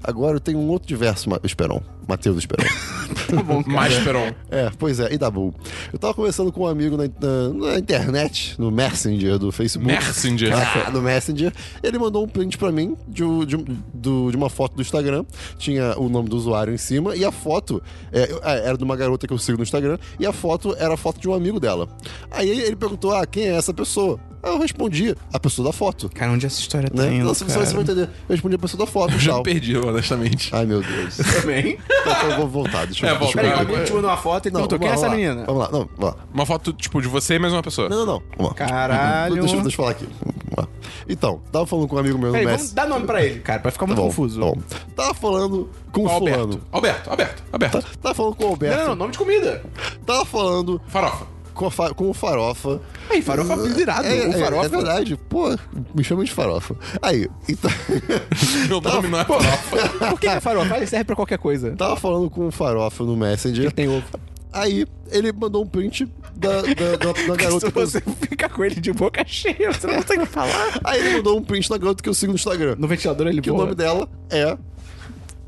D: agora eu tenho um outro diverso, Ma- Esperon. Matheus Esperon.
A: Tá bom, cara.
B: Mais Peron.
D: É, pois é, e da Bull. Eu tava conversando com um amigo na, na- na internet, no Messenger do Facebook.
B: Messenger.
D: Ah, no Messenger. Ele mandou um print pra mim de, um- de um- do- de uma foto do Instagram. Tinha o nome do usuário em cima. E a foto é, eu- é, era de uma garota que eu sigo no Instagram. E a foto era a foto de um amigo dela. Aí ele perguntou: Ah, quem é essa pessoa? Aí eu respondi: A pessoa da foto.
A: Cara, onde essa história tá
D: Né?
A: indo,
D: Nossa,
A: cara?
D: você vai entender. Eu respondi a pessoa da foto e
B: Já
D: tal.
B: perdi, honestamente.
D: Ai, meu Deus.
A: Também?
D: Então, eu vou voltar, deixa eu
B: É,
D: deixa eu-
B: volta.
A: Peraí,
B: Cara,
A: o amigo te mandou uma foto e
D: Não,
A: perguntou, quem é
D: vamos
A: essa
D: lá,
A: menina?
D: Vamos lá, não, vamos lá.
B: Uma foto, tipo, de você e mais uma pessoa.
D: Não, não, não. Vamos lá.
A: Caralho.
D: Deixa, eu- deixa eu falar aqui. Vamos lá. Então, tava falando com um amigo meu no
A: Peraí,
D: Messi.
A: vamos dar nome pra ele, cara, pra ficar
D: Tá
A: muito
D: bom,
A: confuso. Tá
D: tá bom. Tava falando com o fulano.
B: Alberto. Alberto, Alberto, Alberto.
D: Tá- Tava falando com o Alberto.
A: Não, não, nome de comida.
D: Tava falando
B: Farofa.
D: com, a fa- com o Farofa.
A: Aí, farofa é irado,
D: É,
A: o
D: é,
A: farofa.
D: É verdade. Pô, me chama de Farofa. Aí, então...
B: Meu nome não é Farofa.
A: Por que, que é farofa? Ele serve pra qualquer coisa.
D: Tava falando com o Farofa no Messenger.
A: Tem ovo.
D: Aí, ele mandou um print da, da, da- da garota...
A: Se
D: que eu-
A: você fica com ele de boca cheia, você não consegue falar.
D: Aí ele mandou um print da garota que eu sigo no Instagram.
A: No ventilador ele
D: Que o nome dela é...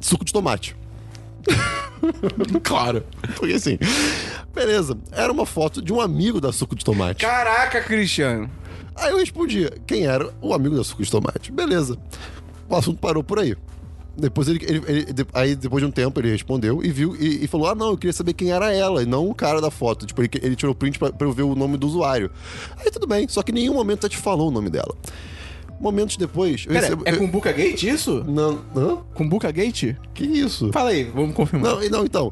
D: Suco de tomate.
B: claro.
D: Porque assim... Beleza. Era uma foto de um amigo da Suco de Tomate.
A: Caraca, Christian.
D: Aí eu respondi quem era o amigo da suco de tomate. Beleza. O assunto parou por aí. Depois ele, ele- ele- de- aí depois de um tempo ele respondeu e viu e, e falou: Ah, não, eu queria saber quem era ela e não o cara da foto. Tipo, ele, ele tirou print pra, pra eu ver o nome do usuário. Aí tudo bem, só que em nenhum momento ela te falou o nome dela. Momentos depois, eu
A: Pera,
D: recebo-
A: é
D: eu-
A: Cumbuca Gate isso?
D: Não, hã?
A: Cumbuca Gate?
D: Que isso?
A: Fala aí, vamos confirmar.
D: Não, e não, então.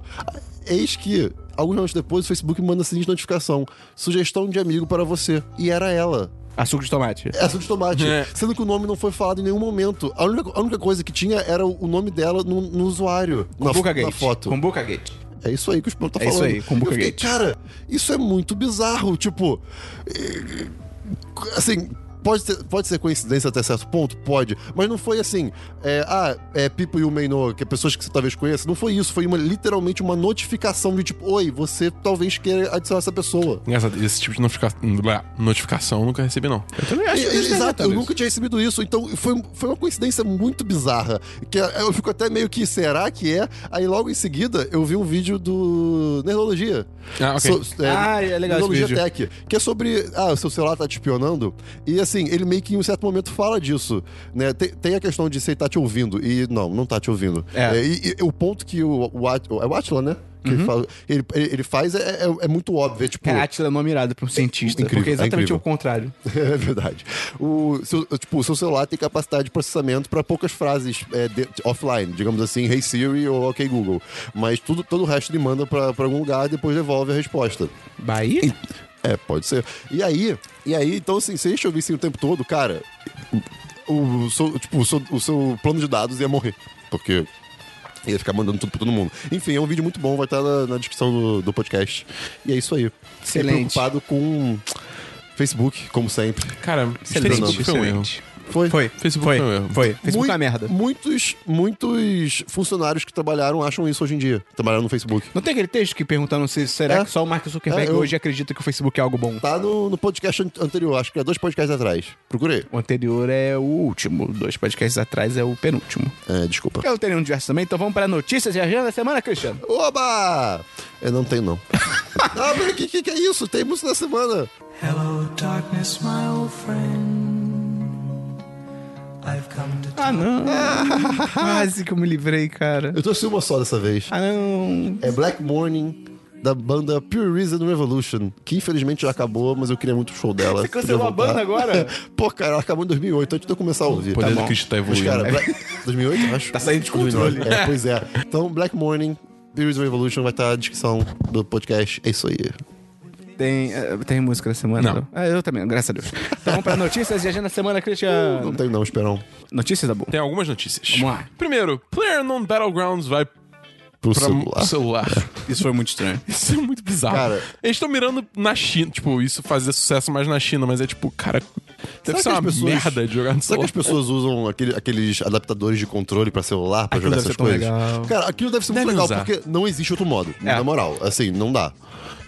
D: Eis que, alguns momentos depois, o Facebook manda a seguinte notificação: sugestão de amigo para você. E era ela.
A: Açúcar de tomate.
D: É suco de tomate.
B: É.
D: Sendo que o nome não foi falado em nenhum momento. A única, a única coisa que tinha era o o nome dela no, no usuário. Na,
A: Cumbuca
D: na
A: Gate.
D: foto.
A: Cumbuca Gate.
D: É isso aí que o Spam tá
A: É isso
D: falando.
A: aí, Cumbuca
D: Eu fiquei,
A: Gate.
D: Cara, isso é muito bizarro. Tipo. eh, Assim. po- Pode, ter- pode ser coincidência até certo ponto? Pode. Mas não foi assim, é, ah, é People You May Know, que é pessoas que você talvez conheça. Não foi isso. Foi uma- literalmente uma notificação de tipo, oi, você talvez queira adicionar essa pessoa.
B: Engraçado, esse tipo de notifica- blá, notificação eu nunca recebi, não.
A: Eu também acho
D: E-
A: que eles devem,
D: Exato, eu
A: talvez.
D: nunca tinha recebido isso. Então foi, foi uma coincidência muito bizarra. Que é, eu fico até meio que, será que é? Aí logo em seguida eu vi um vídeo do Nerdologia.
B: Ah, ok.
D: So- é,
A: Ah, é legal esse
D: Nerdologia
A: vídeo.
D: Tech. Que é sobre. Ah, o seu celular tá te espionando. E assim, ele meio que em um certo momento fala disso. Né? Tem, tem a questão de se ele tá te ouvindo. E não, não tá te ouvindo.
A: É.
D: É, e, e o ponto que o, o, At- é o Atila, né? Que ele, fala- ele- ele- ele faz é, é- é muito óbvio. É tipo.
A: Cara, Atila é uma mirada pra um cientista,
D: Incrível,
A: porque é
D: é
A: exatamente
D: incrível.
A: o contrário.
D: É verdade. O seu, tipo, o seu celular tem capacidade de processamento para poucas frases é, de- offline, digamos assim, Hey Siri ou OK Google. Mas tudo, todo o resto ele manda para algum lugar e depois devolve a resposta.
A: Bahia?
D: É, pode ser. E aí, e aí, então assim, se eles te ouvissem o tempo todo, cara, o, o seu, tipo, o seu, o seu plano de dados ia morrer. Porque ia ficar mandando tudo pra todo mundo. Enfim, é um vídeo muito bom, vai estar na, na descrição do, do podcast. E é isso aí. Fiquei
A: Excelente.
D: preocupado com Facebook, como sempre.
B: Cara,
A: Excelente,
B: Facebook foi um erro.
A: excelente.
D: Foi.
B: Facebook
A: foi,
B: foi um erro.
A: foi. Facebook
D: Mui-
A: é uma merda.
D: Muitos, muitos funcionários que trabalharam acham isso hoje em dia. Trabalharam no Facebook.
A: Não tem aquele texto que perguntando se será
D: É.
A: que só o Mark Zuckerberg
D: É, eu-
A: hoje acredita que o Facebook é algo bom?
D: Tá no, no podcast an- anterior, acho que é dois podcasts atrás. Procurei.
A: O anterior é o último, dois podcasts atrás é o penúltimo.
D: É, desculpa.
A: Eu não tenho nenhum diverso também, então vamos para notícias e agenda da semana, Cristiano.
D: Oba! Eu não tenho, não. ah, mas o que, que, que é isso? Tem música da semana.
E: Hello, darkness, my old friend. I've come to.
A: Ah, não. Quase que eu me livrei, cara.
D: Eu trouxe uma só dessa vez.
A: Ah, não.
D: É Black Morning, da banda Pure Reason Revolution, que infelizmente já acabou, mas eu queria muito o show dela. Você
A: cancelou a banda agora?
D: Pô, cara, ela acabou em 2008, antes de eu começar a ouvir.
B: O poder
A: bom.
B: do Cristo tá
D: Mas,
B: evoluindo.
D: cara, Black... 2008, acho.
A: Tá saindo de
D: 2009.
A: controle.
D: É, pois é. Então, Black Morning, Beers Revolution vai estar na descrição do podcast. É isso aí.
A: Tem, eh, tem música da semana?
B: Não.
A: Ah, eu também, graças a Deus. Então vamos para notícias e agenda da semana,
D: Não
A: Cristiano.
D: tem não, Esperão.
A: Notícias da boa.
B: Tem algumas notícias.
A: Vamos lá.
B: Primeiro, PlayerUnknown Battlegrounds vai pra
D: Pro
B: celular.
D: celular.
A: Isso foi muito estranho.
B: Isso é muito bizarro.
D: Cara.
B: Eles estão mirando na China. Tipo, isso fazia sucesso mais na China, mas é tipo, cara, deve
D: que
B: ser uma
D: as pessoas-
B: merda de jogar no
D: Será
B: celular.
D: que as pessoas usam aquele- aqueles adaptadores de controle pra celular pra
A: Aquilo
D: jogar
A: deve ser
D: essas
A: tão
D: coisas?
A: legal.
D: Cara, aquilo deve ser muito
B: Deve
D: legal,
B: usar.
D: porque não existe outro modo.
A: É.
D: Na moral, assim, não dá.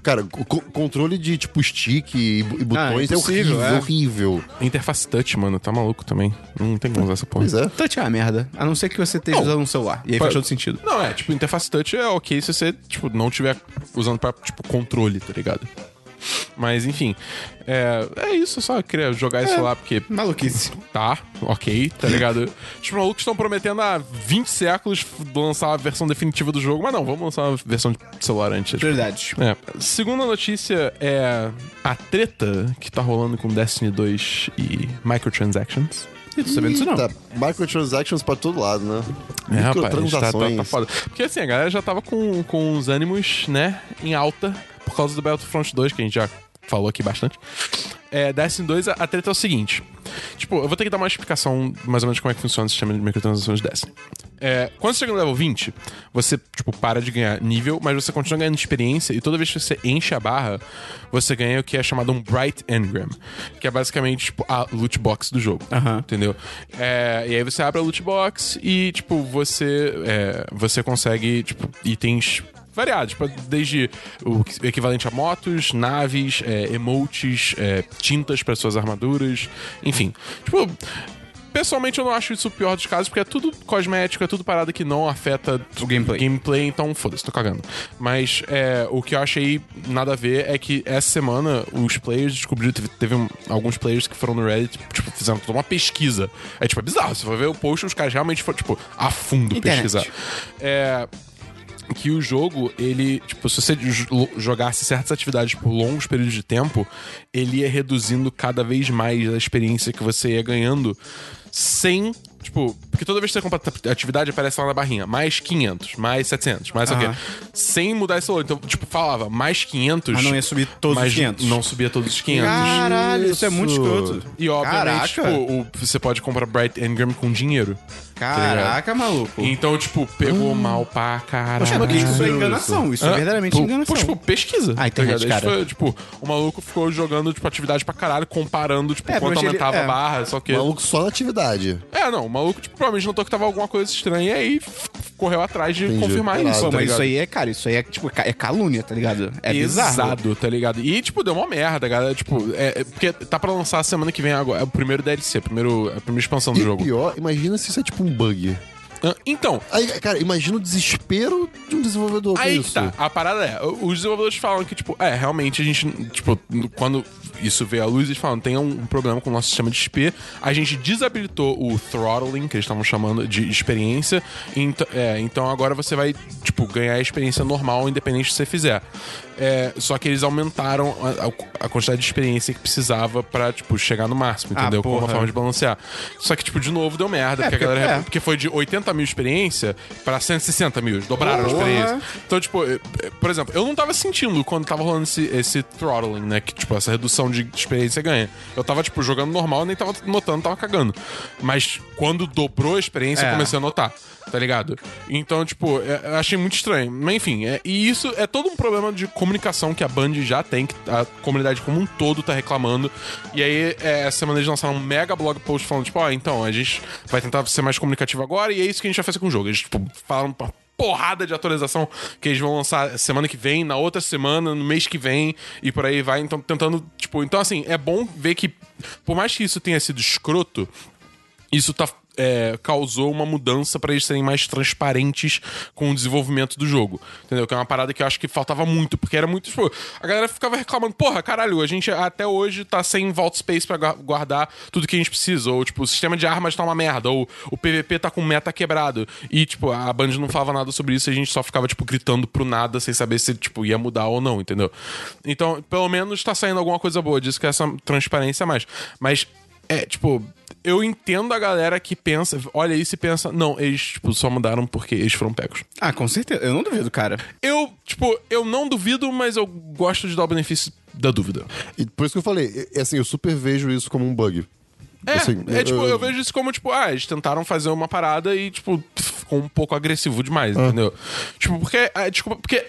D: Cara, co- co- controle de tipo stick e, e botões é
A: impossível,
D: horrível,
A: é.
D: horrível.
B: Interface touch, mano, tá maluco também. Não tem como usar essa porra.
D: Pois é.
A: Touch é uma merda. A não ser que você esteja
B: Não.
A: usando um celular. E aí
B: Pra-
A: faz todo sentido.
B: Não, é, tipo, interface touch é ok se você, tipo, não tiver usando pra, tipo, controle, tá ligado? Mas, enfim, é, é isso, eu só queria jogar
D: É.
B: isso lá, porque
A: Maluquice.
B: tá, ok, tá ligado? Os malucos estão prometendo há 20 séculos f- lançar a versão definitiva do jogo, mas não, vamos lançar uma versão de celular antes.
A: Prioridades.
B: É. Segunda notícia é a treta que tá rolando com Destiny 2 e microtransactions.
A: Eu tô sabendo disso não.
D: Tá, microtransactions pra todo lado, né?
B: É, rapaz, tá, tá,
D: Microtransações.
B: tá foda. Porque assim, a galera já tava com, com os ânimos, né, em alta, por causa do Battlefront 2, que a gente já falou aqui bastante. É, Destiny 2, a, a treta é o seguinte. Tipo, eu vou ter que dar uma explicação mais ou menos como é que funciona o sistema de microtransações de Destiny. É, quando você chega no level 20, você, tipo, para de ganhar nível, mas você continua ganhando experiência e toda vez que você enche a barra, você ganha o que é chamado um Bright Engram, que é basicamente, tipo, a loot box do jogo. Entendeu? É, e aí você abre a loot box e, tipo, você, é, você consegue, tipo, itens variados, tipo, desde o equivalente a motos, naves, é, emotes, é, tintas para suas armaduras, enfim. Tipo, pessoalmente eu não acho isso o pior dos casos, porque é tudo cosmético, é tudo parada que não afeta
A: O gameplay.
B: gameplay, então foda-se, tô cagando. Mas é, o que eu achei nada a ver é que essa semana os players descobriram, teve, teve um- alguns players que foram no Reddit, tipo, fizeram toda uma pesquisa. É tipo, é bizarro, você vai ver o post, os caras realmente foram, tipo, a fundo
A: Internet.
B: pesquisar. É, que o jogo, ele, tipo, se você jo- jogasse certas atividades por longos períodos de tempo, ele ia reduzindo cada vez mais a experiência que você ia ganhando sem, tipo, Porque toda vez que você completa a atividade, aparece lá na barrinha. Mais 500, mais 700, mais o
A: Aham.
B: quê. Sem mudar esse valor. Então, tipo, falava mais 500.
A: Mas não ia subir todos os
B: mas
A: 500.
B: Não subia todos os 500.
A: Caralho, isso. é muito escroto.
B: E obviamente,
A: Caraca.
B: tipo, o- você pode comprar Bright Engram com dinheiro.
A: tá Caraca, maluco.
B: Então, tipo, pegou mal pra caralho.
A: Ah. Poxa, mas isso é enganação. Isso
B: Hã?
A: é verdadeiramente
B: Pô,
A: enganação.
B: pô, Tipo, pesquisa.
A: Ah, internet,
B: tá ligado? Isso
A: cara.
B: foi, tipo, o maluco ficou jogando, tipo, atividade pra caralho, comparando, tipo,
A: É,
B: quanto
A: provavelmente
B: aumentava
A: ele-
B: a
A: é.
B: barra, só que...
D: Maluco só na atividade.
B: É, não, o maluco, tipo, provavelmente notou que tava alguma coisa estranha e aí f- correu atrás de
D: Entendi.
B: confirmar
D: Claro,
B: isso,
D: tá
A: Pô,
B: tá
A: mas
B: ligado?
A: isso aí é, cara, isso aí é tipo, ca- é calúnia, tá ligado? É bizarro.
B: Pesado, tá ligado? E, tipo, deu uma merda, galera. Tipo, é, é- porque tá pra lançar semana que vem agora. É o primeiro DLC, a primeiro, a primeira expansão do
D: E
B: jogo.
D: pior, imagina se isso é tipo um bug.
B: Ah, Então,
D: Aí, cara, imagina o desespero de um desenvolvedor com
B: Aí que
D: isso.
B: tá. A parada é, os desenvolvedores falam que, tipo, é, realmente a gente, tipo, quando isso veio à luz, eles falam, tem um problema com o nosso sistema de XP. A gente desabilitou o throttling, que eles estavam chamando de experiência. Ent- é, então agora você vai, tipo, ganhar a experiência normal, independente do que você fizer. É, só que eles aumentaram a, a- a quantidade de experiência que precisava pra, tipo, chegar no máximo,
A: Ah,
B: entendeu? Como uma
A: porra.
B: forma de balancear. Só que, tipo, de novo deu merda,
A: É,
B: porque, a
A: porque-
B: galera.
A: é.
B: Porque foi de 80 mil experiência pra 160 mil. Dobraram a
A: Porra.
B: experiência. Então, tipo, eh, eh, por exemplo, eu não tava sentindo quando tava rolando esse, esse throttling, né? Que, tipo, essa redução de experiência ganha. Eu tava, tipo, jogando normal, nem tava notando, tava cagando. Mas quando dobrou a experiência, eu
A: É.
B: comecei a notar, tá ligado? Então, tipo, eh, eu achei muito estranho. Mas, enfim, é, e isso é todo um problema de comunicação que a Band já tem, que a comunidade como um todo tá reclamando. E aí, eh, essa semana eles lançaram um mega blog post falando, tipo, ó, então, a gente vai tentar ser mais comunicativo agora e é isso que a gente vai fazer com o jogo. Eles, tipo, falam pra porrada de atualização que eles vão lançar semana que vem, na outra semana, no mês que vem e por aí vai. Então, tentando, tipo, então assim, é bom ver que, por mais que isso tenha sido escroto, isso tá. é, causou uma mudança pra eles serem mais transparentes com o desenvolvimento do jogo. Entendeu? Que é uma parada que eu acho que faltava muito, porque era muito. Tipo, a galera ficava reclamando: porra, caralho, a gente até hoje tá sem vault space pra gua- guardar tudo que a gente precisa, ou tipo, o sistema de armas tá uma merda, ou o PVP tá com meta quebrado. E, tipo, a Band não falava nada sobre isso e a gente só ficava, tipo, gritando pro nada sem saber se, tipo, ia mudar ou não, entendeu? Então, pelo menos tá saindo alguma coisa boa disso, que é essa transparência a mais. Mas é, tipo, eu entendo a galera que pensa, olha isso e pensa, não, eles, tipo, só mudaram porque eles foram pegos.
A: Ah, com certeza. Eu não duvido, cara.
B: Eu, tipo, eu não duvido, mas eu gosto de dar o benefício da dúvida.
D: E por isso que eu falei, e- assim, eu super vejo isso como um bug.
B: É, é tipo, eu, vejo isso como, tipo, ah, eles tentaram fazer uma parada e, tipo, ficou um pouco agressivo demais, entendeu? Tipo, porque, ah, desculpa, porque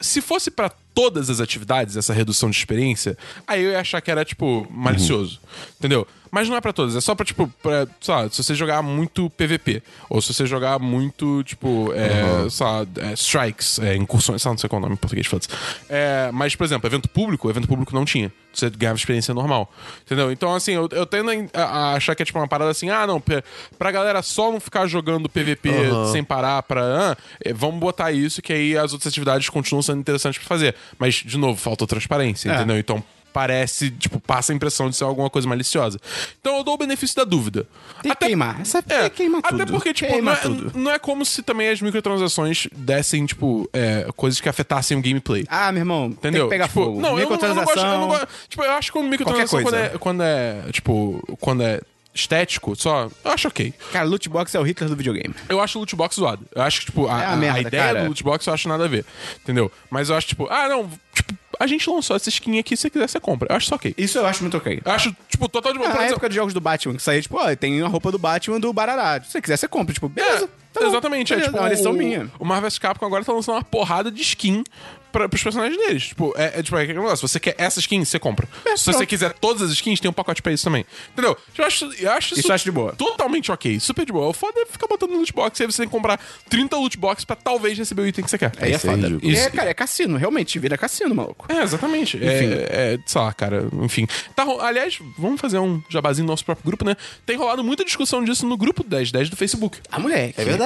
B: se fosse pra todas as atividades essa redução de experiência, aí eu ia achar que era, tipo, malicioso, entendeu? Mas não é pra todas, é só pra, tipo, pra, sei lá, se você jogar muito PVP, ou se você jogar muito, tipo, é, sei lá, é, strikes, é, incursões, sei lá, não sei qual é o nome em português, foda-se. É, mas, por exemplo, evento público, evento público não tinha. Você ganhava experiência normal, entendeu? Então, assim, eu, eu tendo a, a achar que é, tipo, uma parada assim, ah, não, pe- pra galera só não ficar jogando PVP sem parar pra... ah, é, vamos botar isso, que aí as outras atividades continuam sendo interessantes pra fazer. Mas, de novo, falta transparência,
A: É.
B: entendeu? Então, parece, tipo, passa a impressão de ser alguma coisa maliciosa. Então eu dou o benefício da dúvida.
A: Tem que queimar. Essa- tem que queimar
B: É, Até
A: tudo.
B: porque, tipo,
A: Queima
B: não, é,
A: tudo.
B: não é como se também as microtransações dessem, tipo, é, coisas que afetassem o gameplay.
A: Ah, meu irmão, tem
B: Entendeu?
A: que pegar
B: Tipo,
A: fogo.
B: Não, eu não, eu não gosto. Eu não
A: Microtransação.
B: gosto tipo, eu acho que quando microtransação, quando
A: Qualquer
B: é, quando é, tipo, quando é estético, só, eu acho ok.
A: Cara, loot box é o Hitler do videogame.
B: Eu acho o loot box zoado. Eu acho que, tipo, a,
A: É uma
B: a- a
A: merda,
B: ideia
A: cara.
B: do loot box eu acho nada a ver. Entendeu? Mas eu acho, tipo, ah, não, tipo, a gente lançou essa skin aqui, se você quiser, você compra. Eu acho isso ok.
A: Isso eu acho muito ok.
B: Eu acho, tipo, total de boa. Por
A: Ah, na
B: exemplo-
A: época dos jogos do Batman, que saía, tipo, ó, tem a roupa do Batman do Barará. Se você quiser, você compra. Tipo, beleza. tá bom.
B: exatamente. É,
A: Beleza,
B: tipo,
A: é uma lição
B: o,
A: minha.
B: O Marvel vs. Capcom agora tá lançando uma porrada de skin pra, pros personagens deles. Tipo, é, é tipo, é aquele negócio. Você quer essa skin, você compra. Se você
A: É, pronto.
B: quiser todas as skins, tem um pacote pra isso também. Entendeu? Eu acho, eu acho isso,
A: Isso eu acho de boa.
B: totalmente ok. Super de boa. O foda é ficar botando no loot box e aí você tem que comprar 30 loot box pra talvez receber o item que você quer.
A: Aí é
D: Isso é
A: foda.
D: ridículo.
B: Isso-
A: É, cara, é cassino. Realmente, vira cassino, maluco.
B: É, exatamente. É, é, sei lá, cara, enfim. Tá, ro- aliás, vamos fazer um jabazinho no nosso próprio grupo, né? Tem rolado muita discussão disso no grupo 1010 do Facebook.
A: A mulher.
D: É verdade.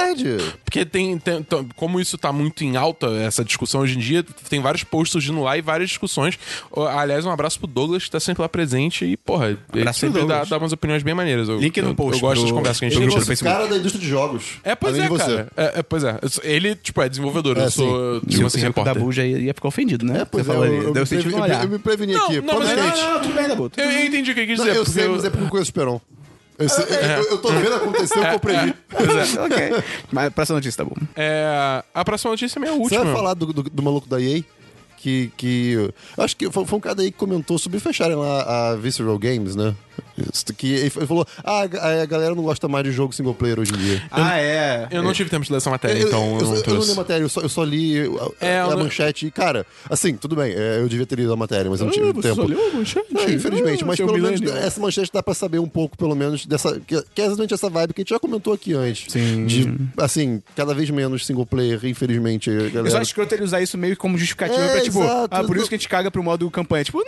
B: Porque tem, tem- t- como isso tá muito em alta, essa discussão hoje em dia, tem vários posts surgindo lá e várias discussões. Ó, Aliás, um abraço pro Douglas, que tá sempre lá presente e, porra, ele
A: Abraço pro
B: sempre dá,
A: Douglas.
B: dá umas opiniões bem maneiras. Eu,
A: Link no
B: eu-
A: post
B: Eu gosto
A: do-
B: das conversas que a gente
A: do
B: tem
D: Ele é
A: grupo
B: no
A: do
D: esse
A: Facebook.
D: cara da indústria de jogos.
B: É, pois
D: além
B: é,
D: de você.
B: cara. É, é, pois é. Eu sou- Ele, tipo, é desenvolvedor.
D: É,
B: eu sou,
A: Se
B: tipo
A: o
B: assim,
A: circo
B: repórter.
A: da Buja ia, ia ficar ofendido, né?
D: É, pois
A: Você
D: é, eu,
A: falou ali,
D: eu,
A: deu
D: me
A: sentido
D: previ,
A: no
D: eu,
A: olhar.
D: eu me preveni
B: Não,
D: aqui.
B: não, é mas
D: Pode
B: eu-
D: skate.
A: tudo bem, Dabu. tudo
B: Eu,
A: bem.
B: eu é. entendi o que ele quis
D: Não,
B: dizer.
D: eu
B: é porque
D: sei, mas é porque eu conheço o Esperon. Esse- eu, eu tô vendo acontecer, eu compreendi.
A: ok. Mas pra essa notícia, tá bom.
B: É, a próxima notícia é minha
D: Você
B: última.
D: vai falar do, do, do maluco da EA? Que, que. eu Acho que foi, foi um cara aí que comentou sobre fecharem lá a Visceral Games, né? Isso, Que ele f- ele falou: ah, a ga- a galera não gosta mais de jogo single player hoje em dia.
A: Ah, é.
B: Eu não tive tempo de ler essa matéria,
D: Eu-
B: então eu,
D: eu,
B: não
D: eu, eu não li
B: trouxe.
D: a matéria, eu só, eu só li a,
B: É,
D: a
B: eu não-
D: manchete. E, cara, assim, tudo bem, é, eu devia ter lido a matéria, mas eu não tive tempo. É, infelizmente, mas pelo menos essa manchete dá pra saber um pouco, pelo menos, dessa. Que, que é exatamente essa vibe que a gente já comentou aqui antes.
A: Sim.
D: De, assim, cada vez menos single player, infelizmente, a
A: Eu só
D: galera.
A: acho escroto ele usar isso meio como justificativa
D: É,
A: pra, tipo,
D: exato.
A: ah, por isso que a gente caga pro modo campanha. Tipo,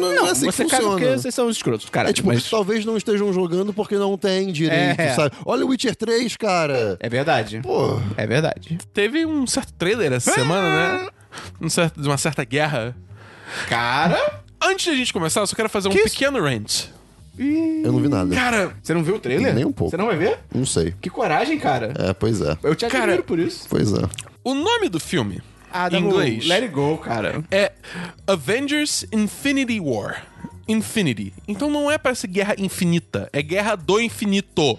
A: não,
D: não é assim que
A: você caga
D: funciona.
A: porque vocês são os escrotos, cara.
D: É tipo,
A: mas-
D: talvez não estejam jogando porque não tem direito,
A: É.
D: sabe? Olha o Witcher 3, cara.
A: É verdade.
D: Pô.
A: É verdade.
B: Teve um certo trailer essa semana, né? Um certo- de uma certa guerra.
A: Cara?
B: Antes da gente começar, eu só quero fazer um
A: Que isso?
B: pequeno rant.
D: Eu não vi nada.
B: Cara,
A: Você não viu o trailer?
D: Nem um pouco.
A: Você não vai ver?
D: Não sei.
A: Que coragem, cara.
D: É, pois é.
A: Eu te
B: Cara-
A: admiro por isso.
D: Pois é.
B: o nome do filme
A: Ah,
B: em inglês
A: Let it go, cara.
B: é Avengers Infinity War. Infinity. Então não é pra ser guerra infinita, é guerra do infinito.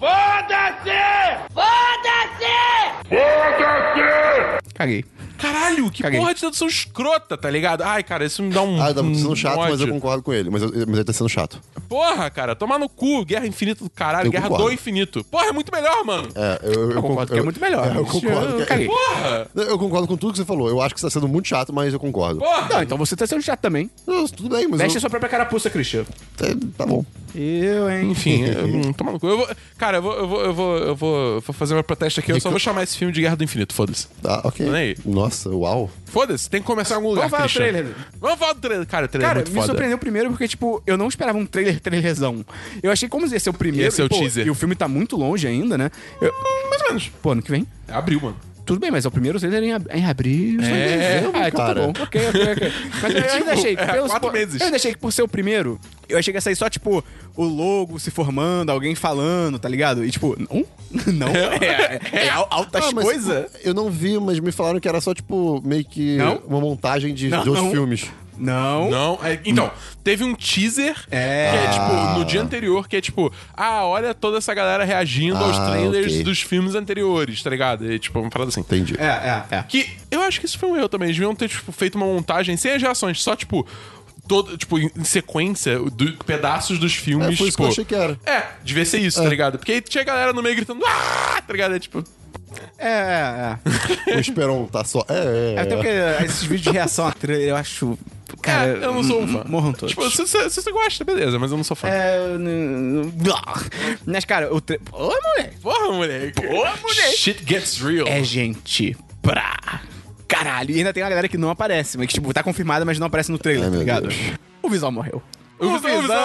A: Caguei.
B: Caralho, que
A: Caguei.
B: porra de tradução escrota, tá ligado? Ai, cara, isso me dá um.
D: Ah, tá
A: Hum,
D: sendo chato,
B: um
D: mas eu
B: ódio.
D: concordo com ele. Mas, eu- mas ele tá sendo chato.
B: Porra, cara, tomar no cu, guerra infinita do caralho,
D: Eu
B: guerra do
D: concordo.
B: infinito. Porra, é muito melhor, mano.
D: É, eu, eu, eu
A: concordo que é muito melhor.
D: É, eu
A: Isso
D: concordo.
A: eu
D: que é-
A: caguei.
B: Porra!
D: Eu concordo com tudo que você falou. Eu acho que você tá sendo muito chato, mas eu concordo.
B: Porra!
A: Não, então você tá sendo chato também.
D: Não, tudo bem, mas.
A: Veste
D: eu-
A: a sua própria carapuça, Christian.
D: é, Tá bom.
A: Eu, hein?
B: Enfim, eu- hum, toma no cu. Eu vou, cara, eu vou, eu vou, eu vou, eu vou, eu vou fazer uma protesto aqui. Eu só vou chamar esse filme de Guerra do Infinito, foda-se.
D: Ah, ok.
B: Olha aí.
D: Nossa, uau.
B: Foda-se, tem que começar em algum lugar.
A: Vamos falar do
B: Christian.
A: trailer.
B: Vamos falar do trailer. Cara, o trailer
A: Cara,
B: é muito
A: me
B: foda.
A: surpreendeu primeiro porque, tipo, eu não esperava um trailer trailerzão. Eu achei como ia ser o primeiro.
B: Ia ser
A: e,
B: é o teaser.
A: E o filme tá muito longe ainda, né? Eu-
B: Mais ou menos.
A: Pô, ano que vem.
B: Abriu, mano.
A: Tudo bem, mas é o primeiro trailer em, ab em abril. só em
B: É,
A: dezembro, ah, então tá
D: cara.
A: bom. Ok, ok, ok. Mas eu ainda achei.
B: é,
A: pelos-
B: quatro meses.
A: Eu ainda achei que por ser o primeiro, eu achei que ia sair só, tipo, o logo se formando, alguém falando, tá ligado? E tipo, não? Não? É, é, é al- altas
D: Ah, mas
A: coisas?
D: Eu não vi, mas me falaram que era só, tipo, meio que
A: Não?
D: uma montagem de,
A: Não,
D: de outros
A: não.
D: filmes.
A: Não.
B: Não, é- então, teve um teaser
A: Hum. É.
B: que é tipo, no dia anterior, que é tipo, ah, olha toda essa galera reagindo aos
D: Ah,
B: trailers
D: ok.
B: dos filmes anteriores, tá ligado? E, tipo, uma parada assim.
D: Entendi.
A: É, é, é.
B: Que eu acho que isso foi um erro também. Eles deviam ter tipo, feito uma montagem sem as reações, só tipo. Todo, tipo, em em sequência, do- pedaços dos filmes.
A: um
D: É, foi isso
B: tipo,
D: que eu achei que era.
B: É, devia ser isso, tá ligado? Porque aí tinha a galera no meio gritando, ah, tá ligado? É tipo,
A: É, é, é.
D: O Esperon tá só. É, é,
A: Até
D: é.
A: porque esses vídeos de reação a trailer, eu acho. Cara,
B: é, eu não sou um fã.
A: Morram todos.
B: Tipo, se, se- se você gosta, beleza, mas eu não sou fã.
A: É, eu não- blá. Mas, cara, o trailer. Ô, moleque!
B: Porra, moleque. Porra,
A: moleque.
B: Shit gets real.
A: É gente pra caralho. E ainda tem uma galera que não aparece, mas que, tipo, tá confirmada, mas não aparece no trailer,
D: Ai,
A: tá
D: meu
A: ligado?
D: Deus.
A: O visual morreu.
B: O visão, o visão,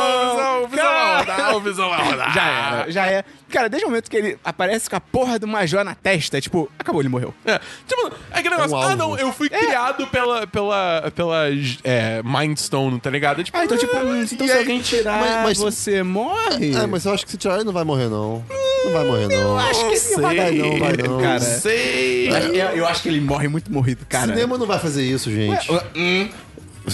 B: o visão vai
A: Cara!
B: rodar, o visão vai rodar.
A: Já era, já é. Cara, desde o momento que ele aparece com a porra de uma joia na testa, é tipo, acabou, ele morreu.
B: É, tipo, é
A: um
B: aquele negócio, ah
D: alvo.
B: não, eu
A: É.
B: fui criado pela, pela, pela é, Mind Stone, tá ligado? É Tipo,
A: Ah, então, tipo, hum,
B: e
A: então se
B: aí- Ah,
A: alguém tirar,
D: Mas- mas-
A: você morre?
D: É, mas eu acho que se tirar ele não vai morrer, não. Não vai morrer, não.
A: acho que
B: sei.
A: não vai dar,
D: não, vai não.
A: Cara,
B: é. Sei.
A: eu, eu acho que ele morre muito morrido, cara. Tipo, hum,
D: Cinema não vai fazer isso,
A: é-
D: gente.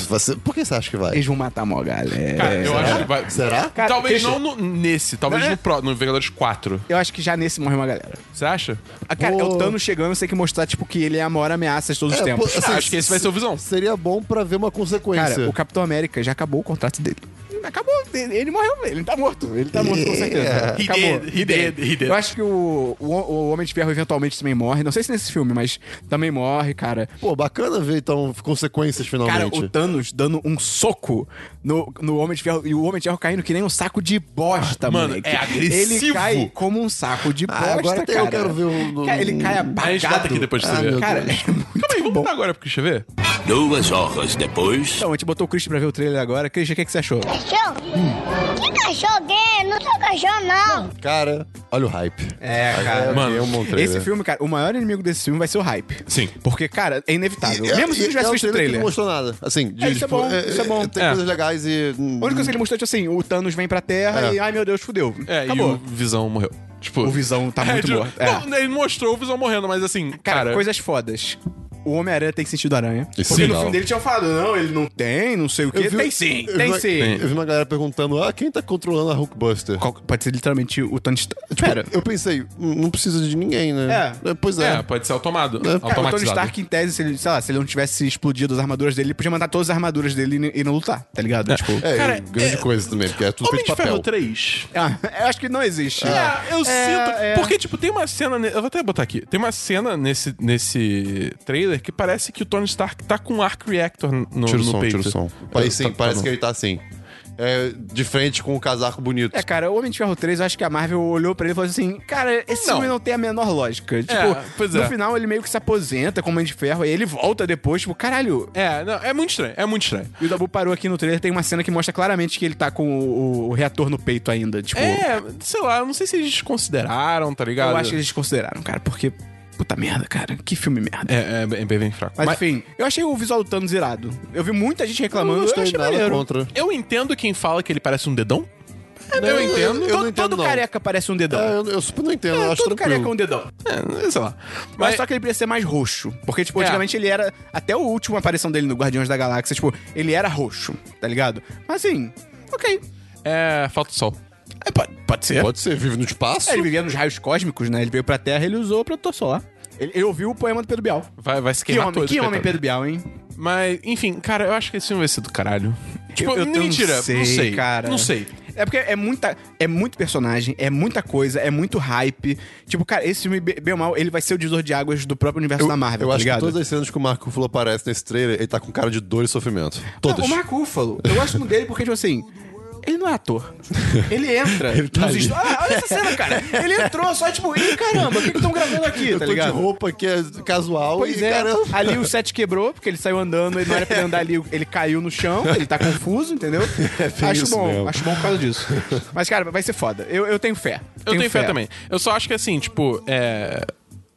D: Vai ser- Por que você acha que vai?
A: Eles vão matar a maior galera.
B: Cara, eu acho que vai...
D: Será?
A: Cara,
B: É, talvez
A: Christian,
B: não no- nesse, talvez
A: Né?
B: no, pro, no Vingadores 4.
A: Eu acho que já nesse morre uma galera.
B: Você acha?
A: Ah, Cara, é o
D: Pô.
A: Thanos chegando, você tem que mostrar, tipo, que ele é a maior ameaça de todos os
D: É,
A: tempos.
D: pô, assim,
B: Ah, acho que esse vai ser o Visão.
D: Seria bom pra ver uma consequência.
A: Cara, o Capitão América já acabou o contrato dele. Acabou, ele ele morreu, ele tá morto. Ele tá morto, com certeza.
B: He
A: Acabou.
B: did, he did, he did.
A: Eu acho que o, o, o Homem de Ferro eventualmente também morre. Não sei se nesse filme, mas também morre, cara.
D: Pô, bacana ver, então, consequências
A: Cara,
D: finalmente.
A: o Thanos dando um soco no, no Homem de Ferro e o Homem de Ferro caindo que nem um saco de bosta,
B: Mano,
A: moleque.
B: é agressivo.
A: Ele cai como um saco de bosta,
D: agora até eu
A: cara.
D: quero ver o-
A: Cara, ele cai
B: A gente
A: abagado.
B: bota aqui depois de você
D: Ah,
B: ver.
D: meu
A: Cara,
D: Deus.
A: é muito
B: Calma aí, vamos
A: bom.
B: botar agora pro Christian ver?
F: Duas horas depois.
A: Então, a gente botou o Christian pra ver o trailer agora. Christian, o que, que você achou?
G: Cachorro? Que cachorro, Dê? Não sou cachorro, não.
D: Cara, olha o hype.
A: É, cara.
B: Mano,
D: eu montei.
A: Esse filme, cara, o maior inimigo desse filme vai ser o hype.
B: Sim.
A: Porque, cara, é inevitável.
D: É,
A: Mesmo se
D: e-
A: não tivesse
D: é um
A: visto o
D: que
A: trailer.
D: não mostrou nada. Assim, de,
A: É, isso é
D: tipo,
A: bom, isso é bom.
D: Tem
B: É.
D: coisas legais e. hum,
A: A única coisa que ele mostrou é tipo assim: o Thanos vem pra terra
D: É.
A: e, ai meu Deus, fudeu.
B: É,
A: Acabou.
B: e o Visão morreu. Tipo,
A: O Visão tá
B: É,
A: muito
B: tipo,
A: morto. É.
B: Não, ele mostrou o Visão morrendo, mas assim,
A: Cara,
B: cara...
A: coisas fodas. o Homem-Aranha tem sentido aranha.
D: Esse
A: Porque no
D: não.
A: filme dele tinham falado, não, ele não tem, não sei o quê.
D: vi-
A: Tem sim,
D: eu vi
A: tem
D: uma-
A: sim.
D: Eu vi uma galera perguntando, ah, quem tá controlando a Hulkbuster?
A: Qual- pode ser literalmente o Tony tipo, Stark. Espera.
D: Eu pensei, "Hum, não precisa de ninguém, né?
A: É.
D: Pois é.
B: É, pode ser automado.
A: Cara, o Tony
B: automatizado.
A: Stark, em tese, se ele, sei lá, se ele não tivesse explodido as armaduras dele, ele podia mandar todas as armaduras dele e n- e não lutar, tá ligado? Tipo,
D: É,
B: Cara,
D: e grande coisa também, porque é tudo
B: Homem
D: feito de
B: de Ferro
D: papel.
B: 3.
A: ah, eu acho que não existe.
B: É, eu sinto.
A: é.
B: Porque, tipo, tem uma cena. ne- Eu vou até botar aqui. Tem uma cena nesse, nesse trailer que parece que o Tony Stark tá com um arc reactor no,
D: Tira
B: no
D: o som,
B: peito.
D: tira o
A: É,
D: som.
B: Tá-
D: Aí sim,
B: tá-
D: parece
B: tá
D: que ele tá assim. É, de frente com o casaco bonito.
A: É, cara, o Homem de Ferro 3, eu acho que a Marvel olhou pra ele e falou assim: Cara, esse
B: Não.
A: filme não tem a menor lógica. Tipo,
B: pois
A: no
B: é.
A: final ele meio que se aposenta como Homem de Ferro, aí ele volta depois, tipo, caralho.
B: É, não, é muito estranho, é muito estranho.
A: E o Dabu parou aqui no trailer, tem uma cena que mostra claramente que ele tá com o, o reator no peito ainda. Tipo,
B: É, sei lá, eu não sei se eles consideraram, tá ligado?
A: eu acho que eles consideraram, cara, porque. Puta merda, cara. Que filme merda.
B: É, é bem, bem- bem fraco.
A: Mas, enfim, eu achei o visual do Thanos irado. Eu vi muita gente reclamando. Eu,
D: gostei
A: achei
D: nada
A: maneiro.
D: contra.
B: eu entendo quem fala que ele parece um dedão.
A: É,
B: eu entendo.
D: Eu,
A: todo
D: não entendo,
A: todo
D: não.
A: careca parece um dedão.
D: É, eu, eu super não entendo, eu acho
A: todo
D: tranquilo.
A: careca é um dedão.
B: É, sei lá.
A: Mas,
B: Mas,
A: só que ele podia ser mais roxo. Porque, tipo,
B: É.
A: antigamente ele era. Até a última aparição dele no Guardiões da Galáxia, tipo, ele era roxo, tá ligado? Mas assim, ok.
B: é falta de sol.
A: É, pode, pode ser.
D: Pode ser, vive no espaço.
A: É, ele vivia nos raios cósmicos, né? Ele veio pra Terra ele usou o protetor solar. Ele, ele ouviu o poema do Pedro Bial.
B: Vai, vai se
A: Que
B: queimar
A: homem,
B: todo,
A: que homem
B: coitado.
A: Pedro Bial, hein?
B: Mas, enfim, cara, eu acho que esse filme vai ser do caralho. Tipo,
A: Eu- eu
B: mentira, não sei,
A: cara.
B: Não sei.
A: É porque é muita, é muito personagem, é muita coisa, é muito hype. Tipo, cara, esse filme, be- bem ou mal, ele vai ser o divisor de águas do próprio universo
D: Eu,
A: da Marvel,
D: eu
A: tá
D: acho que
A: ligado?
D: todas as cenas que o Marco Ruffalo aparece nesse trailer, ele tá com cara de dor e sofrimento. Todas.
A: O Marco Ruffalo, eu gosto muito dele porque, tipo assim, ele não é ator. Ele entra
D: Ele tá
A: nos
D: ali.
A: estúdios. Ah, olha essa cena, cara. Ele entrou só, tipo, ih, caramba, o que que estão gravando aqui,
D: eu
A: tá
D: tô
A: ligado?
D: de roupa que é casual
A: Pois
D: e,
A: é,
D: cara,
A: ali o set quebrou, porque ele saiu andando, ele não era pra ele andar ali, ele caiu no chão, ele tá confuso, entendeu?
D: É bem
A: acho
D: isso
A: bom,
D: mesmo.
A: acho bom por causa disso. Mas, cara, vai ser foda. Eu, eu tenho fé.
B: Eu tenho, fé. também. Eu só acho que assim, tipo, é.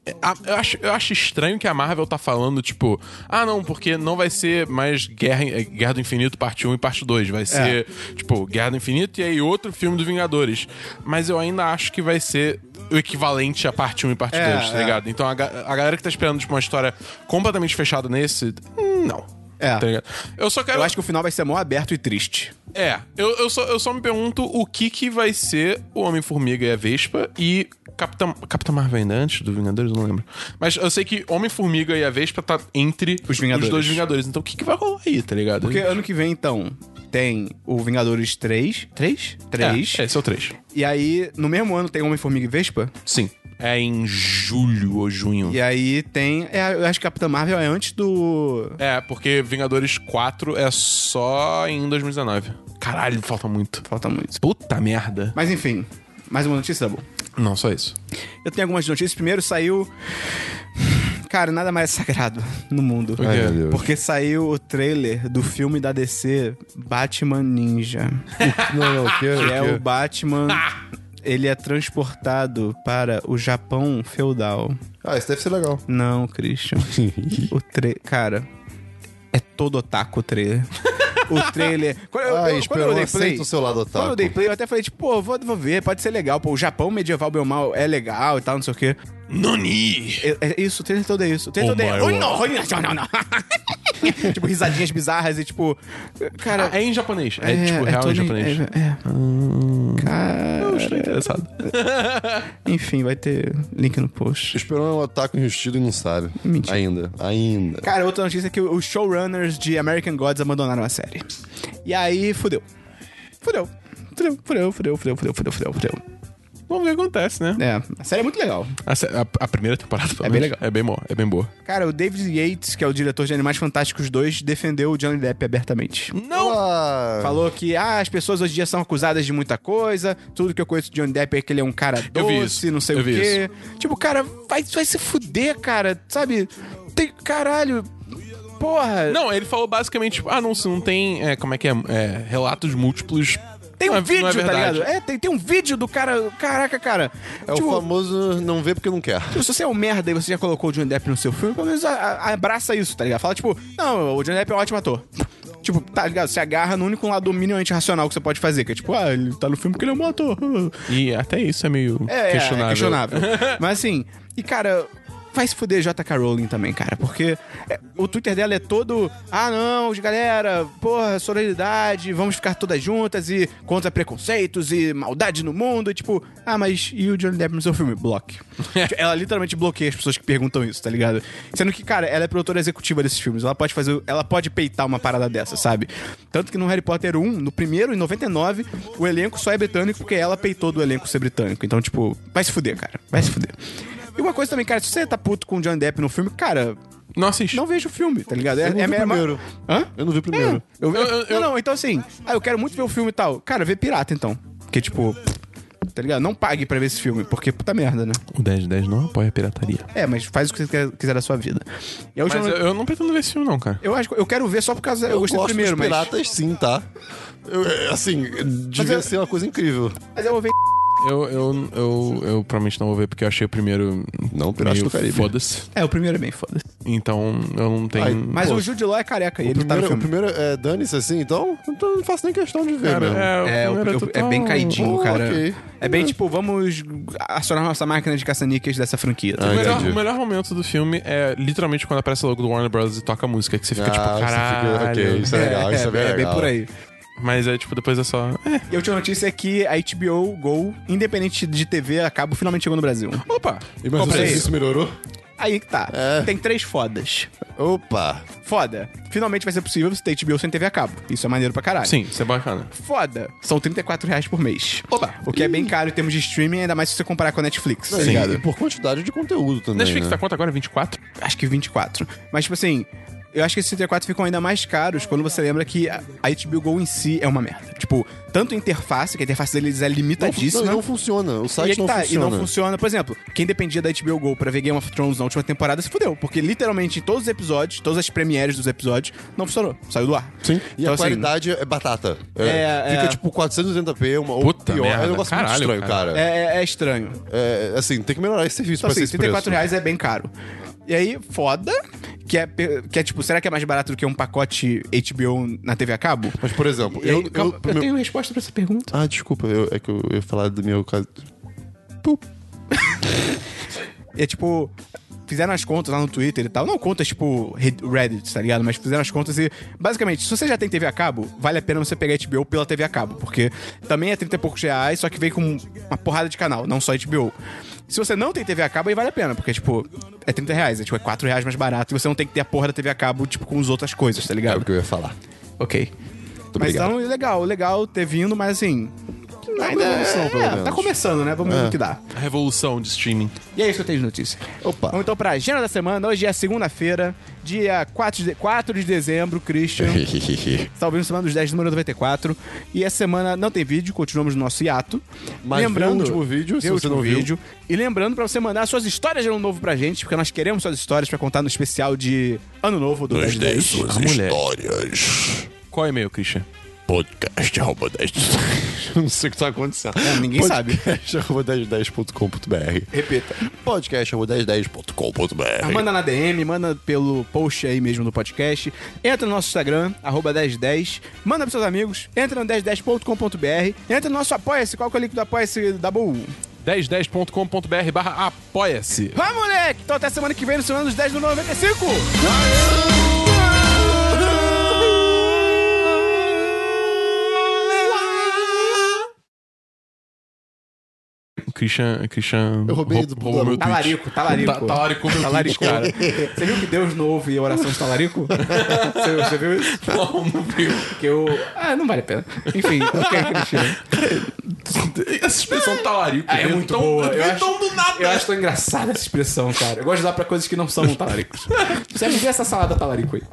B: é, a- Eu acho, eu acho estranho que a Marvel tá falando, tipo, ah, não, porque não vai ser mais Guerra, eh, Guerra do Infinito parte 1 e parte 2.
A: É.
B: Vai ser, tipo, Guerra do Infinito e aí outro filme do Vingadores. Mas eu ainda acho que vai ser o equivalente a parte 1 e parte
A: É,
B: 2, tá
A: é.
B: ligado? Então a, ga- a galera que tá esperando, tipo, uma história completamente fechada nesse. hum, Não.
A: É.
B: Tá ligado? Eu só quero.
A: Eu acho que o final vai ser mó aberto e triste.
B: É, eu, eu, só, eu só me pergunto o que que vai ser o Homem-Formiga e a Vespa e Capitã, Capitã Marvel ainda antes do Vingadores, eu não lembro. Mas eu sei que Homem-Formiga e a Vespa tá entre
A: Os Vingadores.
B: dois Vingadores. Então o que que vai rolar aí, tá ligado?
A: Porque é ano que vem, então, tem o Vingadores 3. 3?
B: é,
A: 3.
B: é, esse é o 3.
A: E aí, no mesmo ano, tem Homem-Formiga e Vespa.
B: Sim. É em julho ou junho.
A: E aí tem. é, eu acho que Capitã Marvel é antes do.
B: É, porque Vingadores 4 é só em 2019. Caralho, falta muito.
A: Falta muito.
B: Puta merda.
A: Mas enfim, mais uma notícia, Dabu.
B: Não, só isso.
A: Eu tenho algumas notícias. Primeiro saiu. Cara, nada mais sagrado no mundo.
B: quê?
D: meu Deus.
A: Porque saiu o trailer do filme da DC Batman Ninja.
D: Não, não, que,
A: Que é o
D: que-
A: Batman. Ele é transportado para o Japão feudal.
D: Ah, isso deve ser legal.
A: Não, Christian. o tre... Cara, é todo otaku o trailer. O trailer. Quando eu,
D: Ah,
A: eu, quando eu
D: Esperon,
A: dei play,
D: aceita o seu lado otaku.
A: Quando eu dei play, eu até falei, tipo, pô, vou, vou ver, pode ser legal. Pô, o Japão medieval bem ou mal é legal e tal, não sei o quê.
B: Noni!
A: É, é isso, o trailer todo é isso. O trailer
B: Oh
A: todo é.
B: my
A: Oh, não, oh, não, não, não. tipo, risadinhas bizarras e tipo. Cara.
B: É em japonês. É, tipo, real
A: todo
B: em japonês.
A: É, é. Cara.
B: Eu estou interessado.
A: Enfim, vai ter link no post.
D: Esperon é um otaku enrustido e não sabe.
A: Mentira.
D: Ainda. Ainda.
A: Cara, outra notícia é que os showrunners de American Gods abandonaram a série. E aí, fudeu. Fudeu. Fudeu, fudeu, fudeu, fudeu, fudeu, fudeu, fudeu, fudeu.
B: Vamos ver o que acontece, né?
A: É, a série é muito legal.
B: A, se- a- a primeira temporada, pelo
A: É
B: menos,
A: bem legal.
B: É bem boa. É bem boa.
A: Cara, o David Yates, que é o diretor de Animais Fantásticos 2, defendeu o Johnny Depp abertamente.
B: Não!
D: Ah,
A: Falou que ah, as pessoas hoje em dia são acusadas de muita coisa, tudo que eu conheço de Johnny Depp é que ele é um cara
B: Eu vi
A: doce,
B: isso.
A: não sei
B: Eu
A: o
B: vi
A: quê. Tipo, cara, vai, vai se fuder, cara, sabe? Tem, caralho, porra.
B: Não, ele falou basicamente, tipo, ah, não, se não tem, é, como é que é, É, relatos múltiplos.
A: Tem um
B: não é-
A: vídeo,
B: não é
A: tá
B: verdade.
A: ligado? É, tem, tem um vídeo do cara. Caraca, cara.
D: é o famoso não vê porque não quer.
A: Tipo, se você é um merda e você já colocou o Johnny Depp no seu filme, pelo menos a- a- abraça isso, tá ligado? Fala, tipo, não, o Johnny Depp é um ótimo ator. Tipo, tá ligado? Você agarra no único lado domínio antirracional que você pode fazer, que é tipo, ah, ele tá no filme porque ele é um bom ator.
B: E até isso é meio
A: É, é,
B: questionável.
A: É questionável. Mas assim, e cara, vai se fuder JK Rowling também, cara, porque é, o Twitter dela é todo, ah não, galera, porra, sororidade, vamos ficar todas juntas e contra preconceitos e maldade no mundo, e tipo, ah, mas e o Johnny Depp no seu filme? Block. ela literalmente bloqueia as pessoas que perguntam isso, tá ligado? Sendo que, cara, ela é produtora executiva desses filmes, ela pode fazer, ela pode peitar uma parada dessa, sabe? Tanto que no Harry Potter 1, no primeiro, em 99, o elenco só é britânico porque ela peitou do elenco ser britânico. Então, tipo, vai se fuder, cara, vai se fuder. E uma coisa também, cara, se você tá puto com o Johnny Depp no filme, cara,
B: Não assiste.
A: não veja o filme, tá ligado? É,
D: Eu não
A: é
D: vi o
A: mesma-
D: primeiro.
A: Hã?
D: Eu não vi o primeiro.
A: Eu, eu,
B: É. eu- eu-
A: não, não, então assim, ah, eu quero muito ver o filme e tal. Cara, vê pirata então. Porque, tipo, tá ligado? Não pague pra ver esse filme, porque puta merda, né?
B: O 10 de 10 não apoia a pirataria.
A: É, mas faz o que você quer- quiser da sua vida. E a última-
B: Mas eu, eu não pretendo ver esse filme, não, cara.
A: eu acho que eu quero ver só por causa. Eu, gostei do
D: gosto
A: primeiro,
D: dos
A: mas.
D: piratas, sim, tá? Eu, é, assim, devia
A: eu-
D: ser uma coisa incrível.
A: Mas eu vou ver.
B: Eu, eu, eu, eu provavelmente não vou ver porque eu achei o primeiro.
D: Não, Piratas
B: meio
D: do Caribe.
B: Foda-se.
A: É, o primeiro é bem foda.
B: Então eu não tenho.
D: Ai,
A: Mas
D: Pô.
A: o Jude Law é careca e
D: O
A: ele tá no
D: primeiro, o
A: filme.
D: primeiro é dane-se assim, então então não faço nem questão de ver
B: Cara,
D: mesmo.
B: é, o
A: É, o-
B: primeiro
A: o- é
B: total-
A: bem caidinho,
D: Oh,
A: cara.
D: ok.
A: É bem tipo, vamos acionar nossa máquina de caça-níqueis dessa franquia. tá
D: Ah,
B: O melhor,
D: entendi.
B: o melhor momento do filme é literalmente quando aparece o logo do Warner Bros. e toca a música, que você fica
D: Ah,
B: tipo,
D: você fica-
B: caralho.
D: ok, isso é legal, isso é bem legal.
A: bem por aí.
B: Mas é tipo, depois é só. É.
A: E a última notícia é que a HBO Go, independente de TV, a cabo finalmente chegou no Brasil.
B: Opa!
D: E mas
A: Comprei.
D: o serviço melhorou?
A: Aí que tá.
D: É.
A: Tem três fodas.
D: Opa!
A: Foda. Finalmente vai ser possível você ter HBO sem TV a cabo. Isso é maneiro pra caralho.
B: Sim, isso é bacana.
A: Foda. São 34 reais por mês. Oba. O que é bem caro em termos de streaming, ainda mais se você comparar com a Netflix. tá
D: Sim.
A: ligado?
D: E por quantidade de conteúdo também.
B: Netflix
D: né?
B: tá quanto agora? 24?
A: acho que 24. Mas, tipo assim, eu acho que esses 34 ficam ainda mais caros quando você lembra que a a HBO Go em si é uma merda. Tipo, tanto a interface, que a interface deles é
D: Não fu-
A: limitadíssima.
D: Não, não funciona. O
A: e,
D: site
A: é que
D: não,
A: tá,
D: funciona.
A: e não funciona. Por exemplo, quem dependia da HBO Go pra ver Game of Thrones na última temporada se fudeu. Porque literalmente em todos os episódios, todas as premieres dos episódios, não funcionou. Saiu do ar.
D: Sim. E
A: Então,
D: a
A: assim,
D: qualidade é batata.
A: É, é.
D: Fica tipo 480p, uma, ou
B: Puta
D: pior. é
B: merda,
D: um negócio
B: caralho,
D: muito estranho, cara.
A: é, é- é estranho.
D: É, assim, tem que melhorar esse serviço
A: Então,
D: pra
A: assim,
D: ser esse
A: 34
D: preço.
A: reais é bem caro. E aí, foda, que é, pe- que é tipo, será que é mais barato do que um pacote HBO na TV a cabo?
D: Mas, por exemplo,
A: E aí,
D: eu,
A: calma,
D: eu- meu-
A: tenho resposta pra essa pergunta.
D: Ah, desculpa, eu- é que eu ia falar do meu caso. Pup.
A: E é tipo. Fizeram as contas lá no Twitter e tal. Não contas tipo Red- Reddit, tá ligado? Mas fizeram as contas e. Basicamente, se você já tem TV a cabo, vale a pena você pegar HBO pela TV a cabo. Porque também é 30 e poucos reais, só que vem com uma porrada de canal, não só HBO. Se você não tem TV a cabo, aí vale a pena, porque, tipo, é 30 reais, é tipo, é 4 reais mais barato e você não tem que ter a porra da TV a cabo, tipo, com as outras coisas, tá
D: É
A: ligado?
D: o que eu ia falar.
A: Ok.
D: Muito
A: Mas
D: obrigado.
A: então, legal, legal ter vindo, mas assim. Ainda
D: evolução, pelo
A: é,
D: menos.
A: tá começando, né? Vamos ver o que dá.
B: A revolução de streaming.
A: E é isso que eu tenho de notícia.
D: Opa.
A: Vamos então pra agenda da semana. Hoje é segunda-feira, dia 4 de, 4 de dezembro, Christian.
D: É.
A: Está ouvindo Semana dos 10, número 94. E essa semana não tem vídeo, continuamos no nosso hiato.
D: Mas vê o último vídeo,
A: vê
D: se
A: o
D: você
A: último
D: não viu.
A: vídeo. E lembrando pra você mandar suas histórias de ano novo pra gente, porque nós queremos suas histórias pra contar no especial de ano novo do 10 10.
B: A mulher.
F: histórias.
B: Qual é o e-mail, Christian?
F: Podcast arroba 10.
D: não sei o que tá acontecendo.
A: É, ninguém sabe.
D: Podcast.1010.com.br
A: Repita.
D: Podcast.1010.com.br
A: Ah, Manda na DM, manda pelo post aí mesmo do podcast. Entra no nosso Instagram, arroba 1010. Manda pros seus amigos. Entra no 1010.com.br. Entra no nosso Apoia-se. Qual que é o link do Apoia-se da Boa?
B: 1010.com.br barra apoia-se.
A: Vai, moleque! Então até semana que vem no Semana dos 10 do 95!
B: Christian. Christian.
D: Eu roubei
B: rou-
D: do-
B: roubou
D: do-
B: meu tweet.
A: Talarico,
D: Tá,
A: talarico.
B: Ta- Talarico, meu tweet,
A: Tá, Talarico, cara.
B: cara.
A: Você viu que Deus não ouve oração de talarico? Você, você viu isso?
B: Não, não viu.
A: Que eu... Ah, não vale a pena. Enfim, ok, Cristiano.
B: Essa expressão talarico
A: É,
B: veio
A: muito
B: tão,
A: boa.
B: veio
A: Eu acho,
B: tão do nada.
A: eu acho tão engraçada essa expressão, cara. Eu gosto de usar pra coisas que não são talaricos. Você me vê essa salada talarico aí.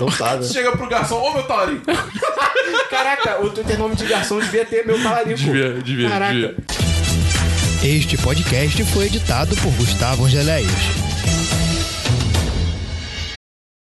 D: Não sabe.
B: Chega pro garçom, ô meu talarico.
A: Caraca, o Twitter nome de garçom devia ter meu talarico.
F: É,
B: Devia, devia,
A: Caraca.
B: devia.
H: Este podcast foi editado por Gustavo Angeléias.